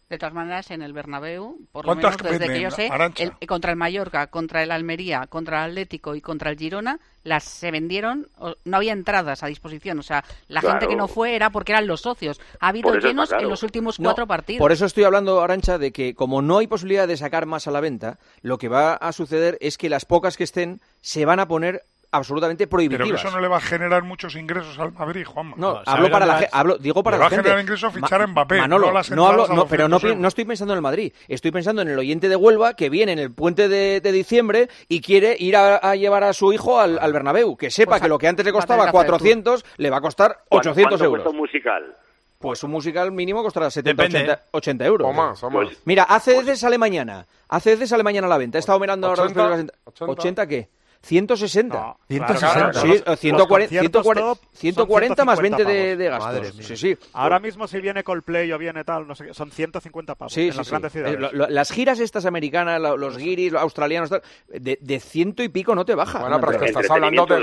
Speaker 13: De todas maneras, en el Bernabéu, por lo
Speaker 7: ¿Cuántas
Speaker 13: menos desde que yo
Speaker 7: venden,
Speaker 13: sé,
Speaker 7: Arantxa?
Speaker 13: el- contra el Mallorca, contra el Almería, contra el Atlético y contra el Girona, las se vendieron, o- no había entradas a disposición. O sea, la
Speaker 1: Claro.
Speaker 13: gente que no fue era porque eran los socios. Ha habido
Speaker 1: Por eso está
Speaker 13: llenos
Speaker 1: caro.
Speaker 13: en los últimos
Speaker 1: No,
Speaker 13: cuatro partidos.
Speaker 1: Por eso estoy hablando, Arancha, de que como no hay posibilidad de sacar más a la venta, lo que va a suceder es que las pocas que estén se van a poner absolutamente
Speaker 7: Pero que
Speaker 1: prohibitivas.
Speaker 7: eso no le va a generar muchos ingresos al Madrid, Juanma.
Speaker 1: No, hablo para la, ge- hablo, digo para
Speaker 7: Le
Speaker 1: la
Speaker 7: va
Speaker 1: gente.
Speaker 7: a generar ingresos fichar
Speaker 1: Ma-
Speaker 7: a Mbappé.
Speaker 1: Manolo,
Speaker 7: no, las
Speaker 1: no hablo,
Speaker 7: entradas a
Speaker 1: no, pero no,
Speaker 7: 200
Speaker 1: pi- no estoy pensando en el Madrid. Estoy pensando en el oyente de Huelva que viene en el puente de, de diciembre y quiere ir a, a llevar a su hijo al, al Bernabéu. Que sepa
Speaker 8: Pues a-
Speaker 1: que lo que antes le
Speaker 8: va a tener
Speaker 1: costaba
Speaker 8: que hacer el tour.
Speaker 1: 400 le va a costar
Speaker 8: ¿Cuánto-
Speaker 1: 800
Speaker 8: cuánto
Speaker 1: euros.
Speaker 8: cuesta un musical?
Speaker 1: Pues un musical mínimo costará 70,
Speaker 8: Depende.
Speaker 7: ¿eh?
Speaker 1: 80, 80 euros.
Speaker 11: O más, o más. Pues-
Speaker 1: Mira, ACDC sale mañana. ACDC sale mañana a la venta. He estado mirando ahora...
Speaker 11: 80,
Speaker 1: los precios de las ent-
Speaker 11: 80.
Speaker 1: ¿80 qué? 160.
Speaker 5: 160.
Speaker 1: Sí,
Speaker 5: Los-
Speaker 1: o
Speaker 5: los
Speaker 1: 140,
Speaker 5: conciertos
Speaker 1: 140,
Speaker 5: top son
Speaker 1: 140 más 20 de,
Speaker 5: 150
Speaker 1: de gastos.
Speaker 5: pavos.
Speaker 1: sí,
Speaker 5: Madre
Speaker 1: sí.
Speaker 5: Ahora mismo si viene Coldplay o viene tal, no sé qué, son 150 pavos
Speaker 1: Sí,
Speaker 5: en
Speaker 1: sí,
Speaker 5: las
Speaker 1: sí.
Speaker 5: grandes ciudades.
Speaker 1: Eh, lo- lo- las giras estas americanas, la- los guiris, los australianos, tal, de, de ciento y pico no te baja.
Speaker 11: Bueno, pero es que estás hablando de,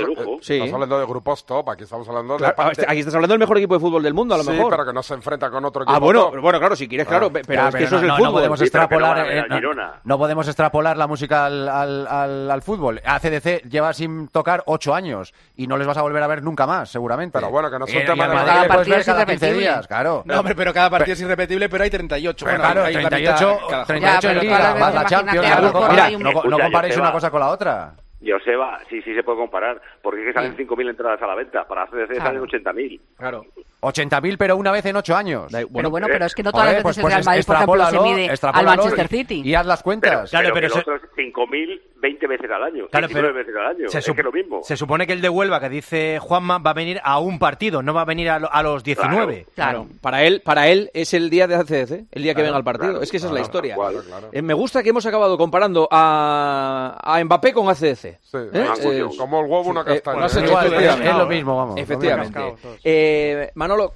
Speaker 11: estás hablando de grupos top, aquí estamos hablando de... parte-
Speaker 1: Aquí estás hablando del mejor equipo de fútbol del mundo, este, a lo
Speaker 11: sí,
Speaker 1: mejor.
Speaker 11: pero que no se enfrenta con otro equipo
Speaker 1: Ah, bueno,
Speaker 11: top.
Speaker 1: pero bueno, claro, si quieres, claro,
Speaker 11: Ah.
Speaker 1: pe- pero
Speaker 11: Ya,
Speaker 1: es que
Speaker 11: pero
Speaker 1: eso
Speaker 11: no,
Speaker 1: es el
Speaker 11: no, no
Speaker 1: fútbol.
Speaker 11: podemos
Speaker 1: Sí, pero que no
Speaker 14: extrapolar,
Speaker 1: van a ver
Speaker 14: eh,
Speaker 1: al
Speaker 14: no,
Speaker 1: Girona.
Speaker 14: no podemos extrapolar la música al, al- al- al fútbol. ACDC lleva sin tocar ocho años y no les vas a volver a ver nunca más, seguramente. Pero bueno, que no
Speaker 11: es un tema de-
Speaker 14: Madrid
Speaker 11: Cada
Speaker 14: le puedes
Speaker 11: partido
Speaker 14: ver
Speaker 11: es
Speaker 14: cada 15
Speaker 11: irrepetible.
Speaker 14: días, claro.
Speaker 3: No, hombre, pero cada partido es irrepetible, pero hay 38.
Speaker 14: Pero
Speaker 3: Bueno,
Speaker 14: claro,
Speaker 3: hay la
Speaker 14: 38,
Speaker 3: mitad cada jornada.
Speaker 14: 38 en Liga, más la Champions, más la Copa. Mira, no, no
Speaker 8: Escucha,
Speaker 14: comparéis
Speaker 8: Joseba.
Speaker 14: una cosa con la otra.
Speaker 8: Joseba, sí, sí se puede comparar, porque es que salen 5.000 entradas a la venta, para ACDC salen 80.000.
Speaker 1: Claro.
Speaker 14: 80.000, pero es una vez en ocho años.
Speaker 13: Pero
Speaker 8: Eh,
Speaker 13: bueno, pero es que no todas las veces el Real
Speaker 14: es-
Speaker 13: Madrid, por ejemplo, se
Speaker 14: extrapólalo,
Speaker 13: mide al
Speaker 14: extrapólalo
Speaker 13: Manchester
Speaker 14: y-
Speaker 13: City.
Speaker 14: Y haz las cuentas.
Speaker 8: Pero, que el otro es 5.000 20 veces al año,
Speaker 9: Claro,
Speaker 8: 19
Speaker 9: pero
Speaker 8: veces al año,
Speaker 9: se
Speaker 8: es
Speaker 9: sup-
Speaker 8: que es lo mismo.
Speaker 9: Se supone que el de Huelva, que dice Juanma, va a venir a un partido, no va a venir a, lo- a los 19.
Speaker 1: Claro. Para él, para él es el día de ACDC, el día que venga al partido. es que esa es la historia. Eh, me gusta que hemos acabado comparando a, a Mbappé con ACDC. ¿Eh?
Speaker 11: Ah,
Speaker 1: Eh,
Speaker 11: coño, como el huevo una
Speaker 1: eh,
Speaker 11: castaña.
Speaker 1: no sé,
Speaker 11: Igual,
Speaker 1: efectivamente.
Speaker 11: es lo mismo, vamos,
Speaker 1: Efectivamente.
Speaker 11: lo mismo. Cascado, todos.
Speaker 1: Eh, Manolo,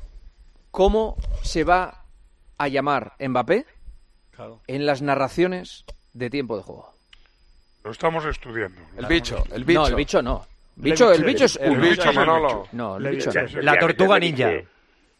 Speaker 1: ¿cómo se va a llamar Mbappé en las narraciones de tiempo de juego?
Speaker 7: Lo estamos estudiando.
Speaker 1: El bicho, el bicho. No, el bicho no. Bicho- el bicho es
Speaker 7: El
Speaker 1: uno.
Speaker 7: bicho,
Speaker 1: El bicho,
Speaker 7: Manolo.
Speaker 1: No, el bicho no.
Speaker 9: La tortuga ninja.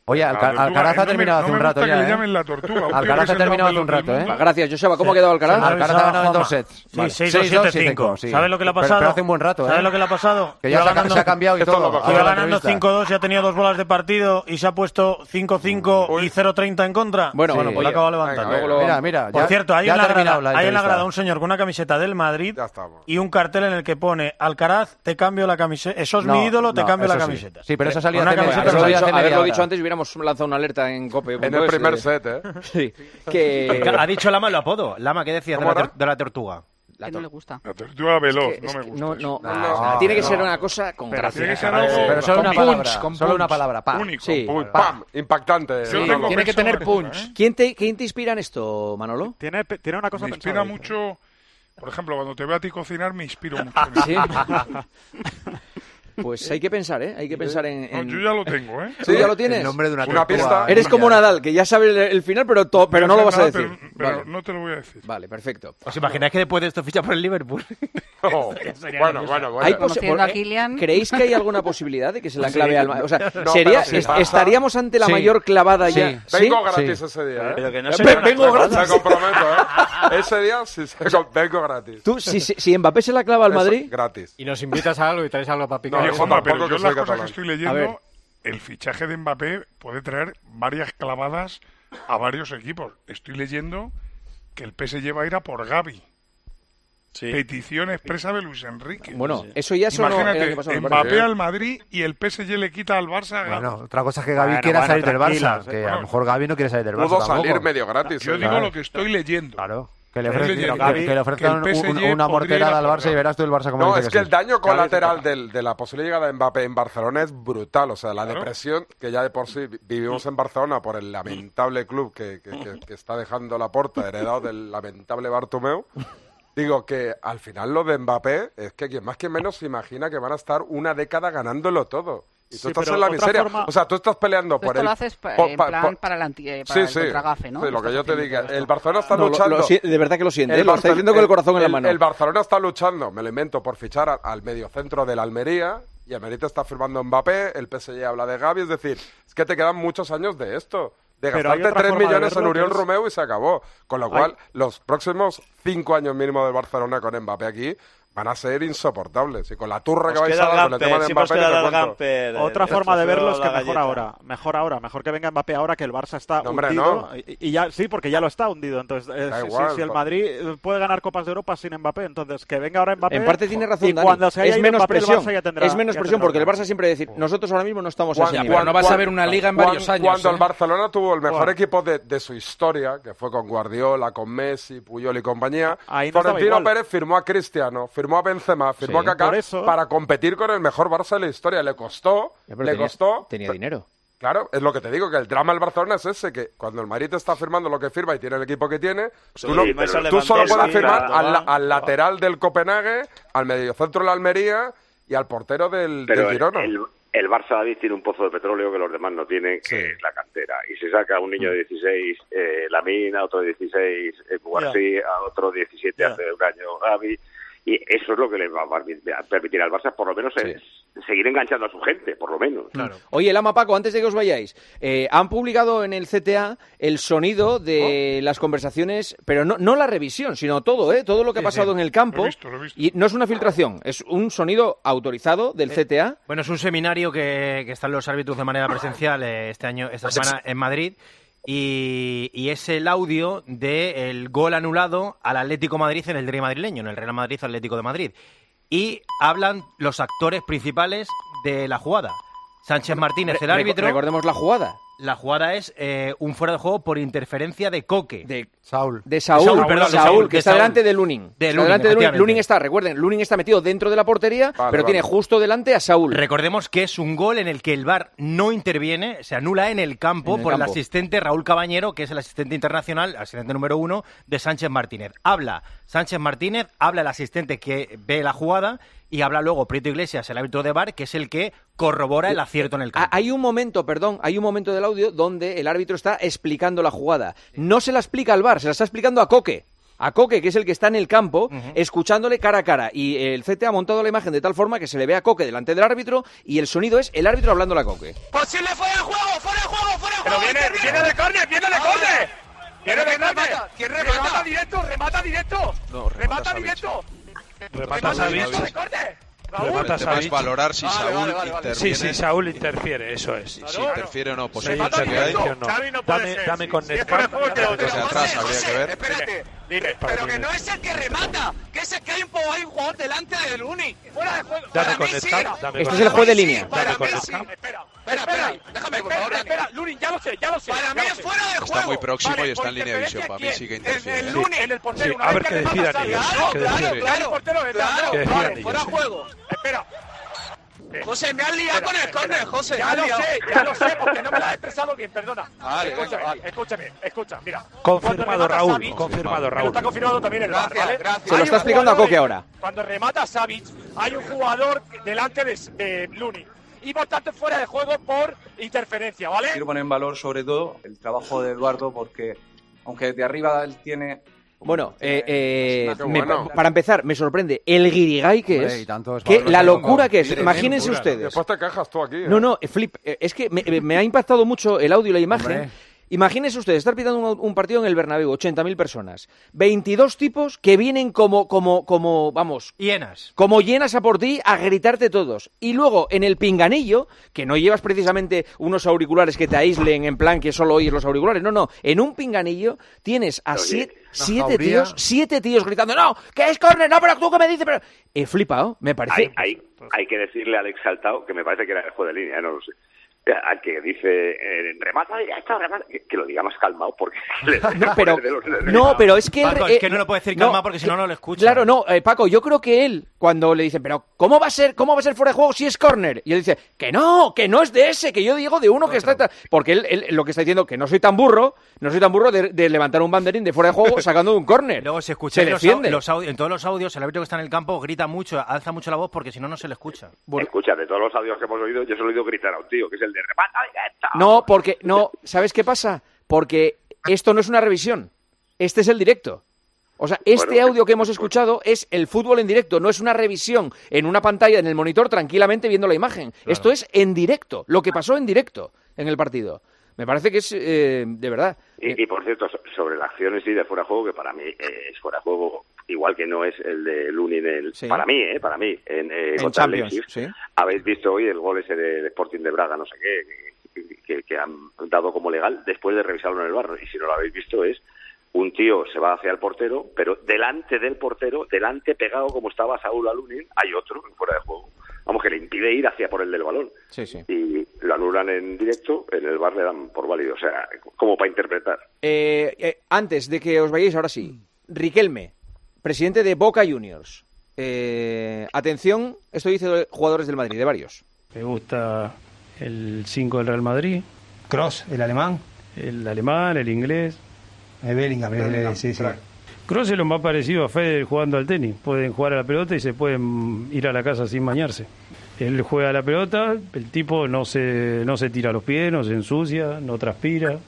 Speaker 14: Oye,
Speaker 7: La
Speaker 14: Alca-
Speaker 7: tortuga.
Speaker 14: Alcaraz
Speaker 7: No
Speaker 14: ha
Speaker 7: me-
Speaker 14: terminado
Speaker 7: no
Speaker 14: hace un
Speaker 7: me
Speaker 14: rato
Speaker 7: gusta
Speaker 14: ya.
Speaker 7: que le
Speaker 14: ¿eh?
Speaker 7: llamen la tortuga. Un tío que
Speaker 14: Alcaraz
Speaker 7: es
Speaker 14: ha
Speaker 7: el
Speaker 14: terminado hace un
Speaker 7: campeón del
Speaker 14: rato, ¿eh?
Speaker 7: mundo.
Speaker 1: Gracias, Joseba. ¿Cómo ha quedado Alcaraz?
Speaker 14: Se ha Alcaraz ha ganado en
Speaker 1: Juanma.
Speaker 14: 2 sets.
Speaker 1: Sí,
Speaker 14: Vale.
Speaker 1: 6-2,
Speaker 14: 7-5,
Speaker 1: 7-5,
Speaker 14: sí.
Speaker 1: ¿sabes lo que le ha
Speaker 14: Pero-
Speaker 1: pasado?
Speaker 14: Pero hace un buen rato, ¿eh?
Speaker 1: ¿Sabes
Speaker 12: lo que le ha pasado?
Speaker 14: Que ya
Speaker 12: Iba
Speaker 14: se ha,
Speaker 12: ganando-
Speaker 14: se ha cambiado y
Speaker 12: Esto
Speaker 14: todo.
Speaker 12: lo
Speaker 14: ahora
Speaker 12: Iba
Speaker 14: la
Speaker 12: ganando
Speaker 14: entrevista.
Speaker 12: 5-2, ya tenía dos bolas de partido y se ha puesto 5-5 y 0-30 en contra.
Speaker 14: Bueno, bueno, pues
Speaker 12: lo
Speaker 14: ya.
Speaker 12: acaba
Speaker 14: Venga,
Speaker 12: levantando.
Speaker 14: venga, Mira, mira,
Speaker 12: Por
Speaker 14: ya-
Speaker 12: cierto, hay
Speaker 14: ya
Speaker 12: en,
Speaker 14: ha
Speaker 12: la grada,
Speaker 14: terminado la
Speaker 12: hay en la
Speaker 14: entrevista.
Speaker 12: grada un señor con una camiseta del Madrid y un cartel en el que pone Alcaraz, te cambio la camiseta. Eso es
Speaker 14: No,
Speaker 12: mi ídolo, te
Speaker 14: no,
Speaker 12: cambio la
Speaker 14: eso sí.
Speaker 12: camiseta.
Speaker 14: Sí, pero eso salía
Speaker 12: Con una
Speaker 14: hace media-
Speaker 12: camiseta
Speaker 14: eso
Speaker 12: no
Speaker 14: salía
Speaker 12: dicho-
Speaker 14: hace
Speaker 1: Haberlo
Speaker 14: media
Speaker 1: dicho
Speaker 14: hora.
Speaker 1: antes, hubiéramos lanzado una alerta en COPE.
Speaker 11: En el primer set, ¿eh?
Speaker 1: Sí. Que...
Speaker 9: Ha dicho Lama el apodo. Lama, ¿qué decías de
Speaker 1: ¿Cómo
Speaker 9: la,
Speaker 1: era?
Speaker 9: tor- de la tortuga?
Speaker 13: que no le gusta.
Speaker 7: La tortuga
Speaker 1: Es
Speaker 7: veloz,
Speaker 1: que-
Speaker 7: no
Speaker 1: es
Speaker 7: me
Speaker 1: que
Speaker 7: gusta.
Speaker 1: no, no,
Speaker 7: eso.
Speaker 1: no, no, tiene que ser una cosa con
Speaker 7: Pero
Speaker 1: gracia.
Speaker 7: tiene que ser
Speaker 1: Vale,
Speaker 7: algo-
Speaker 1: sí.
Speaker 14: Pero solo
Speaker 1: Con
Speaker 14: una
Speaker 1: punch,
Speaker 14: palabra.
Speaker 1: con
Speaker 14: Solo una
Speaker 1: punch.
Speaker 14: palabra. pa.
Speaker 7: Único, pues.
Speaker 1: Sí.
Speaker 7: punch.
Speaker 11: Pam, impactante.
Speaker 7: Yo tengo
Speaker 1: Tiene que
Speaker 7: pensado
Speaker 1: tener
Speaker 7: una
Speaker 1: punch.
Speaker 7: cosa, ¿eh?
Speaker 1: ¿Quién te, ¿Quién te inspira en esto, Manolo?
Speaker 5: Tiene, tiene una cosa
Speaker 7: Me inspira
Speaker 5: pensada, dice.
Speaker 7: mucho, por ejemplo, cuando te veo a ti cocinar me inspiro mucho. en
Speaker 1: Sí.
Speaker 7: eso.
Speaker 1: Pues hay que pensar, ¿eh? Hay que pensar en... en-
Speaker 7: No, yo ya lo tengo, ¿eh?
Speaker 1: ¿Tú ya lo tienes?
Speaker 4: El nombre de una Una tortuga. pista.
Speaker 1: Eres como Nadal, que ya sabe el, el final, pero, to- pero no lo vas a
Speaker 7: Nada,
Speaker 1: decir.
Speaker 7: Pero, pero
Speaker 1: Vale.
Speaker 7: no te lo voy a decir.
Speaker 1: Vale, perfecto.
Speaker 9: ¿Os imagináis que después de esto ficha por el Liverpool?
Speaker 11: bueno, bueno, bueno.
Speaker 1: Hay posi-
Speaker 13: Conociendo
Speaker 1: por-
Speaker 13: a Kylian.
Speaker 1: ¿Creéis que hay alguna posibilidad de que se la
Speaker 11: Sí.
Speaker 1: clave al Ma- O sea,
Speaker 11: No,
Speaker 1: sería,
Speaker 11: pero si
Speaker 1: es-
Speaker 11: pasa-
Speaker 1: estaríamos ante la
Speaker 11: Sí.
Speaker 1: mayor clavada
Speaker 11: Sí.
Speaker 1: ya. ¿Sí?
Speaker 11: Vengo gratis ese día, ¿eh?
Speaker 10: Pero que no
Speaker 1: Ve-
Speaker 10: sería una
Speaker 1: vengo
Speaker 10: clavada.
Speaker 1: gratis.
Speaker 11: Me comprometo, ¿eh? Ese día sí, se- vengo gratis.
Speaker 1: Tú, si, si- si Mbappé se la clava al
Speaker 11: Eso,
Speaker 1: Madrid,
Speaker 11: Gratis.
Speaker 6: Y nos invitas a algo y traes algo para picar.
Speaker 7: Oye,
Speaker 11: eso
Speaker 7: Juanma,
Speaker 11: tampoco
Speaker 7: pero yo
Speaker 11: que
Speaker 7: las
Speaker 11: soy
Speaker 7: cosas que
Speaker 11: catalán.
Speaker 7: estoy
Speaker 1: A ver.
Speaker 7: leyendo, el fichaje de Mbappé puede traer varias clavadas a varios equipos. Estoy leyendo que el PSG va a ir a por Gaby. Petición expresa de Luis Enrique.
Speaker 1: Bueno, Sí. eso eh, ya sonó el año
Speaker 7: Imagínate,
Speaker 1: pasado, me parece.
Speaker 7: Mbappé al Madrid y el PSG le quita al Barça. a Gavi.
Speaker 4: Bueno, otra cosa es que Gaby
Speaker 7: Bueno,
Speaker 4: quiera
Speaker 7: bueno,
Speaker 4: salir del Barça.
Speaker 7: tranquilos,
Speaker 4: Que
Speaker 7: eh,
Speaker 4: a
Speaker 7: bueno.
Speaker 4: lo mejor Gaby no quiere salir del Barça.
Speaker 11: Pudo
Speaker 4: tampoco.
Speaker 11: salir medio gratis.
Speaker 7: Yo
Speaker 11: ¿eh?
Speaker 7: digo
Speaker 4: Claro.
Speaker 7: lo que estoy leyendo.
Speaker 4: Claro. Que le,
Speaker 7: Estoy
Speaker 4: ofrezcan-
Speaker 7: leyendo
Speaker 4: que- que le
Speaker 7: el
Speaker 4: ofrezcan un-
Speaker 7: PSG
Speaker 4: un- una
Speaker 7: podría ir a
Speaker 4: morterada al
Speaker 7: por
Speaker 4: Barça y verás tú el Barça como
Speaker 11: No,
Speaker 4: dice
Speaker 11: es que el
Speaker 4: sí.
Speaker 11: daño colateral del- de la posible llegada de Mbappé en Barcelona es brutal. O sea, la depresión que ya de por sí vi- vivimos en Barcelona por el lamentable club que, que- que- que está dejando la puerta, heredado del lamentable Bartomeu. Digo que al final lo de Mbappé es que quien más que menos se imagina que van a estar una década ganándolo todo. Y
Speaker 13: Sí,
Speaker 11: tú estás
Speaker 13: pero
Speaker 11: en la
Speaker 13: otra
Speaker 11: miseria.
Speaker 13: forma-
Speaker 11: O sea, tú estás peleando por
Speaker 13: Esto
Speaker 11: el.
Speaker 13: lo haces pa-
Speaker 11: por-
Speaker 13: en
Speaker 11: pa-
Speaker 13: plan
Speaker 11: por-
Speaker 13: para el, anti, eh, para
Speaker 11: Sí,
Speaker 13: el
Speaker 11: sí.
Speaker 13: contragafe, ¿no?
Speaker 11: Sí, lo que yo te diga. El Barcelona está
Speaker 1: No, lo-
Speaker 11: luchando.
Speaker 1: lo si- de verdad que lo siente, ¿eh? Lo está
Speaker 11: Barcel-
Speaker 1: diciendo con el corazón en la mano.
Speaker 11: El Barcelona está luchando, me lo invento, por fichar al, al mediocentro de la Almería. Y Almerita está firmando Mbappé, el PSG habla de Gavi. Es decir, es que te quedan muchos años de esto. De
Speaker 5: Pero hay
Speaker 11: gastarte
Speaker 5: otra
Speaker 11: 3
Speaker 5: forma de
Speaker 11: millones en
Speaker 5: verlo,
Speaker 11: Uriel
Speaker 5: que es-
Speaker 11: Romeo y se acabó. Con lo
Speaker 5: Hay-
Speaker 11: cual, los próximos 5 años mínimo de Barcelona con Mbappé aquí van a ser insoportables. Y con la turra
Speaker 10: Os
Speaker 11: que vais a
Speaker 10: queda el
Speaker 11: dar con el tema
Speaker 10: Gamper,
Speaker 11: de
Speaker 10: siempre os
Speaker 11: Mbappé, ni
Speaker 10: queda
Speaker 11: te
Speaker 10: el
Speaker 11: cuento.
Speaker 10: Gamper.
Speaker 5: Otra forma de verlo es que
Speaker 10: la
Speaker 5: mejor
Speaker 10: galleta.
Speaker 5: ahora, mejor ahora, mejor que venga Mbappé ahora que el Barça está
Speaker 11: No, hombre,
Speaker 5: hundido
Speaker 11: no.
Speaker 5: y, y ya sí, porque ya lo está hundido, entonces eh,
Speaker 11: Da
Speaker 5: si,
Speaker 11: igual,
Speaker 5: si- si el
Speaker 11: pa-
Speaker 5: Madrid eh, puede ganar copas de Europa sin Mbappé, entonces que venga ahora Mbappé.
Speaker 1: en parte tiene razón,
Speaker 5: y
Speaker 1: Dani.
Speaker 5: cuando se haya
Speaker 1: es
Speaker 5: ido
Speaker 1: menos
Speaker 5: Mbappé, el
Speaker 1: presión.
Speaker 5: Barça ya tendrá-
Speaker 1: es menos
Speaker 5: ya
Speaker 1: presión
Speaker 5: tendrá
Speaker 1: porque el
Speaker 5: otra.
Speaker 1: Barça siempre decir, nosotros ahora mismo no estamos a ese
Speaker 11: Cuan-
Speaker 1: nivel.
Speaker 11: cuan-
Speaker 3: no vas a
Speaker 11: cuan-
Speaker 3: ver una liga en
Speaker 11: cuan-
Speaker 3: varios años,
Speaker 11: Cuando
Speaker 3: ¿eh?
Speaker 11: el Barcelona tuvo el mejor
Speaker 5: Cuan.
Speaker 11: equipo de, de su historia, que fue con Guardiola, con Messi, Puyol y compañía,
Speaker 5: Ahí no estaba
Speaker 11: Florentino
Speaker 5: igual.
Speaker 11: Pérez firmó a Cristiano, firmó a Benzema, firmó
Speaker 1: Sí.
Speaker 11: a Kaká
Speaker 5: Por eso.
Speaker 11: para competir con el mejor Barça de la historia. Le costó,
Speaker 1: Ya, pero
Speaker 11: le
Speaker 1: tenía-
Speaker 11: costó.
Speaker 1: Tenía dinero.
Speaker 11: Claro, es lo que te digo, que el drama del Barcelona es ese, que cuando el Madrid te está firmando lo que firma y tiene el equipo que tiene,
Speaker 10: Sí,
Speaker 11: tú, no-
Speaker 10: firmas a
Speaker 11: tú solo
Speaker 10: Lewandowski,
Speaker 11: puedes firmar
Speaker 10: Sandoval.
Speaker 11: al, la- al lateral del Copenhague, al mediocentro de la Almería y al portero del, del
Speaker 8: Pero el,
Speaker 11: Girona.
Speaker 8: el- el Barça David tiene un pozo de petróleo que los demás no tienen, que es la cantera. Y se saca un niño de 16, eh, Lamina, otro de 16, eh, Cubarsí, a otro 17
Speaker 10: Ya.
Speaker 8: hace un año, Gavi. Y eso es lo que le va a permitir- a permitir al Barça, por lo menos, es seguir enganchando a su gente, por lo menos.
Speaker 1: Oye, Lama Paco, antes de que os vayáis, eh, han publicado en el CTA el sonido de las conversaciones, pero no, no la revisión, sino todo, ¿eh? Todo lo que ha
Speaker 9: Sí,
Speaker 1: pasado en
Speaker 9: sí.
Speaker 1: el campo.
Speaker 9: Lo he visto, lo he visto.
Speaker 1: Y no es una filtración, es un sonido autorizado del
Speaker 9: Eh,
Speaker 1: CTA.
Speaker 9: Bueno, es un seminario que, que están los árbitros de manera presencial eh, este año, esta semana en Madrid. Y, y es el audio del gol anulado al Atlético Madrid en el Derby madrileño, en el Real Madrid Atlético de Madrid. Y hablan los actores principales de la jugada. Sánchez Martínez, pues el
Speaker 1: Re-
Speaker 9: árbitro.
Speaker 1: Recordemos la jugada
Speaker 9: La jugada es eh, un fuera de juego por interferencia de Coque.
Speaker 1: De
Speaker 9: Saúl.
Speaker 1: de Saúl,
Speaker 9: Saúl, perdón, de Saúl,
Speaker 1: que
Speaker 9: de
Speaker 1: está
Speaker 9: Saúl.
Speaker 1: delante de Lunin.
Speaker 9: De
Speaker 1: Está
Speaker 9: Lunin,
Speaker 1: delante de Lunin.
Speaker 9: efectivamente.
Speaker 1: Lunin está, recuerden, Lunin está metido dentro de la portería, pero
Speaker 9: vale.
Speaker 1: tiene justo delante a Saúl.
Speaker 9: Recordemos que es un gol en el que el VAR no interviene, se anula en el campo
Speaker 1: En el
Speaker 9: por el
Speaker 1: campo.
Speaker 9: asistente Raúl Cabañero, que es el asistente internacional, asistente número uno de Sánchez Martínez. Habla Sánchez Martínez, habla el asistente que ve la jugada y habla luego Prieto Iglesias, el árbitro de VAR, que es el que corrobora el acierto en el campo.
Speaker 1: Ah, Hay un momento, perdón, hay un momento del audio donde el árbitro está explicando la jugada. No se la explica al VAR, se la está explicando a Coque. a Coque, que es el que está en el campo, escuchándole cara a cara. Y el CT ha montado la imagen de tal forma que se le ve a Coque delante del árbitro y el sonido es el árbitro hablándole a Coque.
Speaker 15: ¡Posible fuera de juego! ¡Fuera de juego! ¡Fuera de juego! ¡Pero viene, viene de córner! ¡Viene de córner! ¡Viene de córner! ¿Quién remata? directo? ¡Remata directo!
Speaker 16: No, remata
Speaker 15: ¡Remata directo!
Speaker 16: Remata Savic.
Speaker 15: directo de córner!
Speaker 16: Raúl.
Speaker 17: El tema es valorar si
Speaker 15: Vale,
Speaker 17: Saúl
Speaker 15: vale, vale, vale.
Speaker 17: interviene.
Speaker 6: Sí, sí, Saúl interfiere, eso es.
Speaker 17: Si interfiere o no, pues
Speaker 6: Sí,
Speaker 17: hay
Speaker 6: remata
Speaker 17: interferencia
Speaker 6: directo.
Speaker 17: o no.
Speaker 6: Xavi no puede Dame- ser. dame con Si es Neto. fuera de juego, te lo
Speaker 17: Porque se atrasa, habría que ver.
Speaker 15: Espérate. Pero que no es el que remata, que es el que hay un, po- hay un jugador delante del Uni. Fuera de juego.
Speaker 6: Dame
Speaker 15: Para mí
Speaker 6: con
Speaker 15: sí.
Speaker 6: Stam, dame con
Speaker 1: Este es el
Speaker 6: Stam.
Speaker 1: juez de línea.
Speaker 6: Dame con Stam.
Speaker 15: Espera, espera, déjame, por favor. Espera, Lunin, ya lo sé, ya lo sé. Para mí es fuera de juego.
Speaker 17: Está muy próximo
Speaker 15: Vale,
Speaker 17: y está en línea de visión. Para mí sí que interfiere.
Speaker 15: este, El
Speaker 17: ¿eh?
Speaker 15: Lunin, en el portero.
Speaker 17: Sí,
Speaker 15: una
Speaker 17: a
Speaker 15: vez
Speaker 17: ver
Speaker 15: que
Speaker 17: qué
Speaker 15: remata,
Speaker 17: decidan
Speaker 15: sale.
Speaker 17: ellos,
Speaker 15: Claro,
Speaker 17: qué
Speaker 15: claro,
Speaker 17: decidan
Speaker 15: claro,
Speaker 17: ellos.
Speaker 15: portero detrás,
Speaker 17: Claro,
Speaker 15: claro.
Speaker 17: que decidan
Speaker 15: Vale,
Speaker 17: ellos,
Speaker 15: fuera de
Speaker 17: sí.
Speaker 15: juego. Espera. José, me has liado con el córner, José.
Speaker 18: me
Speaker 15: Ya
Speaker 18: has
Speaker 15: lo
Speaker 18: liado.
Speaker 15: sé, ya lo sé, porque no me lo has expresado bien, perdona.
Speaker 18: Vale,
Speaker 15: escúchame,
Speaker 18: vale.
Speaker 15: escúchame, escucha, mira.
Speaker 6: Confirmado,
Speaker 15: remata
Speaker 6: Raúl.
Speaker 15: Savic-
Speaker 6: Confirmado,
Speaker 15: Pero
Speaker 6: Raúl.
Speaker 15: está confirmado también el VAR, ¿vale?
Speaker 1: Se lo
Speaker 15: Hay
Speaker 1: está
Speaker 15: un
Speaker 1: explicando a
Speaker 15: jugador
Speaker 1: Coque
Speaker 15: de-
Speaker 1: ahora.
Speaker 15: Cuando remata Savic, hay un jugador delante de, de Lunin. Y por tanto fuera de juego por interferencia, ¿vale?
Speaker 19: Quiero poner en valor sobre todo el trabajo de Eduardo porque aunque de arriba él tiene
Speaker 1: Bueno, eh, eh,
Speaker 19: Qué
Speaker 1: me-
Speaker 19: bueno.
Speaker 1: para empezar, me sorprende el guirigay que
Speaker 4: Hombre,
Speaker 1: es,
Speaker 4: y tanto es
Speaker 1: que
Speaker 4: valor,
Speaker 1: la
Speaker 4: tanto.
Speaker 1: locura que es.
Speaker 4: Tremendo,
Speaker 1: Imagínense
Speaker 4: locura.
Speaker 1: ustedes.
Speaker 11: Después te cajas tú aquí. ¿eh?
Speaker 1: No, no, eh, Flip, eh, es que me, me- me ha impactado mucho el audio y la imagen.
Speaker 11: Hombre.
Speaker 1: Imagínense ustedes, estar pitando un, un partido en el Bernabéu, 80.000 personas, 22 tipos que vienen como, como, como, vamos,
Speaker 9: Hienas.
Speaker 1: como llenas a por ti a gritarte todos. Y luego en el pinganillo, que no llevas precisamente unos auriculares que te aíslen en plan que solo oyes los auriculares, no, no, en un pinganillo tienes a siete, siete
Speaker 4: jauría.
Speaker 1: tíos, siete tíos gritando, no, que es córner, no, pero tú que me dices, pero... He flipado, me parece...
Speaker 8: Hay, hay, hay que decirle al exaltado, que me parece que era el juego de línea, no lo sé, al que dice eh, remata directo, remata, que, que lo diga más calmado porque le-
Speaker 1: No, pero,
Speaker 8: de los- de los-
Speaker 1: no, pero es que...
Speaker 9: Paco,
Speaker 1: eh,
Speaker 9: es que no lo puede decir calma porque si no, no lo escucha.
Speaker 1: Claro, no, eh, Paco, yo creo que él, cuando le dicen, pero ¿cómo va a ser, cómo va a ser fuera de juego si es córner? Y él dice, que no, que no es de ese, que yo digo de uno que está... tra-". Porque él, él lo que está diciendo, que no soy tan burro, no soy tan burro de, de levantar un banderín de fuera de juego sacando de un córner.
Speaker 9: Luego se escucha en, los au-
Speaker 1: defiende.
Speaker 9: los audio- en todos los audios, el árbitro que está en el campo grita mucho, alza mucho la voz porque si no, no se le escucha.
Speaker 8: Escucha, de todos los audios que hemos oído, yo solo he oído gritar a un tío, que es el de remata directo.
Speaker 1: No, porque, no, ¿sabes qué pasa? Porque esto no es una revisión, este es el directo. O sea, este audio que hemos escuchado es el fútbol en directo, no es una revisión en una pantalla en el monitor tranquilamente viendo la imagen. Esto es en directo, lo que pasó en directo en el partido. Me parece que es eh, de verdad.
Speaker 8: Y, y, por cierto, so- sobre la acción en sí de fuera de juego, que para mí eh, es fuera de juego, igual que no es el de Luni del...
Speaker 1: Sí.
Speaker 8: Para mí, ¿eh? Para mí. En, eh,
Speaker 1: En
Speaker 8: contra el
Speaker 1: Champions,
Speaker 8: Leipzig.
Speaker 1: sí.
Speaker 8: Habéis visto hoy el gol ese del Sporting de Braga, no sé qué, que, que- que han dado como legal después de revisarlo en el barro. Y si no lo habéis visto es un tío se va hacia el portero, pero delante del portero, delante pegado como estaba Saúl Alunin, hay otro fuera de juego. Vamos, que le impide ir hacia por el del balón
Speaker 1: Sí, sí.
Speaker 8: y lo anulan en directo, en el bar le dan por válido, o sea, como para interpretar.
Speaker 1: Eh, eh, antes de que os vayáis, ahora sí. Riquelme, presidente de Boca Juniors. Eh, atención, esto dice de jugadores del Madrid, de varios.
Speaker 20: Me gusta el 5 del Real Madrid. Cross, el alemán. El alemán, el inglés. El Bellingham,
Speaker 21: Bellingham,
Speaker 20: sí, sí. Cross es lo más parecido a Federer jugando al tenis. Pueden jugar a la pelota y se pueden ir a la casa sin bañarse. Él juega a la pelota, el tipo no se, no se tira los pies, no se ensucia, no transpira.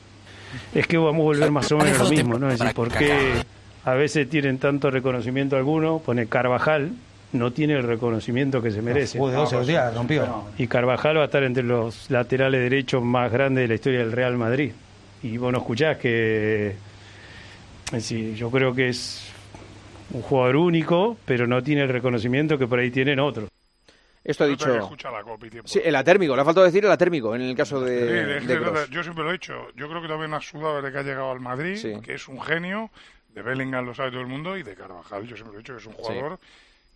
Speaker 20: Es que vamos a volver más o menos lo mismo, ¿no? Es decir, ¿por qué a veces tienen tanto reconocimiento alguno? Pone Carvajal, no tiene el reconocimiento que se merece.
Speaker 21: Jugó de 12 los días, rompió.
Speaker 20: Y Carvajal va a estar entre los laterales derechos más grandes de la historia del Real Madrid. Y vos no escuchás que. es decir, yo creo que es un jugador único, pero no tiene el reconocimiento que por ahí tienen otros.
Speaker 1: Esto ha dicho.
Speaker 7: que escucha la copa y tiempo.
Speaker 1: Sí, el atérmico, le ha faltado decir el atérmico en el caso de.
Speaker 7: Sí, es
Speaker 1: de
Speaker 7: que es
Speaker 1: Kroos.
Speaker 7: verdad, yo siempre lo he dicho. Yo creo que también ha sudado desde que ha llegado al Madrid,
Speaker 1: Sí.
Speaker 7: que es un genio. De Bellingham lo sabe todo el mundo y de Carvajal, yo siempre lo he dicho, que es un jugador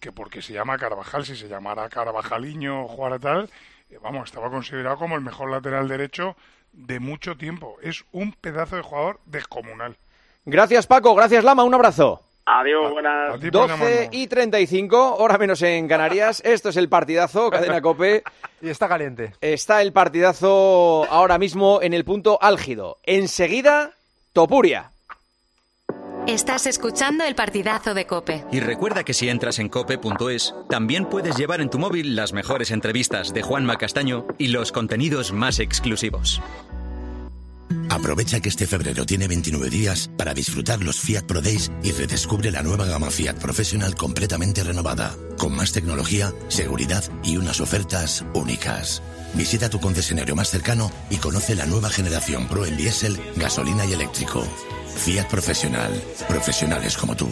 Speaker 7: que porque se llama Carvajal, si se llamara Carvajaliño o jugara tal, eh, vamos, estaba considerado como el mejor lateral derecho de mucho tiempo. Es un pedazo de jugador descomunal.
Speaker 1: Gracias, Paco. Gracias, Lama. Un abrazo.
Speaker 8: Adiós, buenas.
Speaker 1: pues, 12 y 35, hora menos en Canarias. Esto es el partidazo, cadena Cope.
Speaker 4: Y está caliente.
Speaker 1: Está el partidazo ahora mismo en el punto álgido. Enseguida, Topuria.
Speaker 22: Estás escuchando el partidazo de Cope.
Speaker 23: Y recuerda que si entras en cope.es, también puedes llevar en tu móvil las mejores entrevistas de Juanma Castaño y los contenidos más exclusivos.
Speaker 16: Aprovecha que este febrero tiene 29 días para disfrutar los Fiat Pro Days y redescubre la nueva gama Fiat Professional completamente renovada, con más tecnología, seguridad y unas ofertas únicas. Visita tu concesionario más cercano y conoce la nueva generación Pro en diésel, gasolina y eléctrico. Fiat Profesional. Profesionales como tú.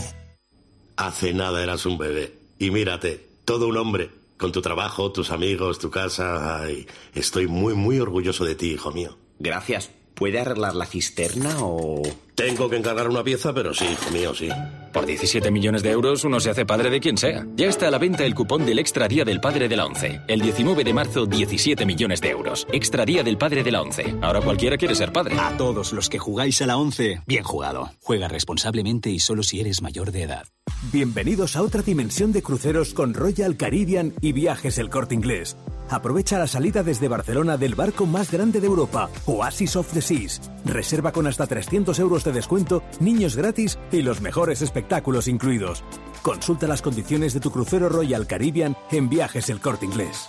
Speaker 24: Hace nada eras un bebé. Y mírate, todo un hombre. Con tu trabajo, tus amigos, tu casa. Ay, estoy muy, muy orgulloso de ti, hijo mío. Gracias. ¿Puede arreglar la cisterna o...? Tengo que encargar una pieza, pero sí, hijo mío, sí.
Speaker 8: Por 17 millones de euros uno se hace padre de quien sea. Ya está a la venta el cupón del Extra Día del Padre de la ONCE. El 19 de marzo, 17 millones de euros. Extra Día del Padre de la ONCE. Ahora cualquiera quiere ser padre.
Speaker 25: A todos los que jugáis a la 11, bien jugado. Juega responsablemente y solo si eres mayor de edad.
Speaker 9: Bienvenidos a otra dimensión de cruceros con Royal Caribbean y Viajes El Corte Inglés. Aprovecha la salida desde Barcelona del barco más grande de Europa, Oasis of the Seas. Reserva con hasta 300 euros de descuento, niños gratis y los mejores espectáculos incluidos. Consulta las condiciones de tu crucero Royal Caribbean en Viajes El Corte Inglés.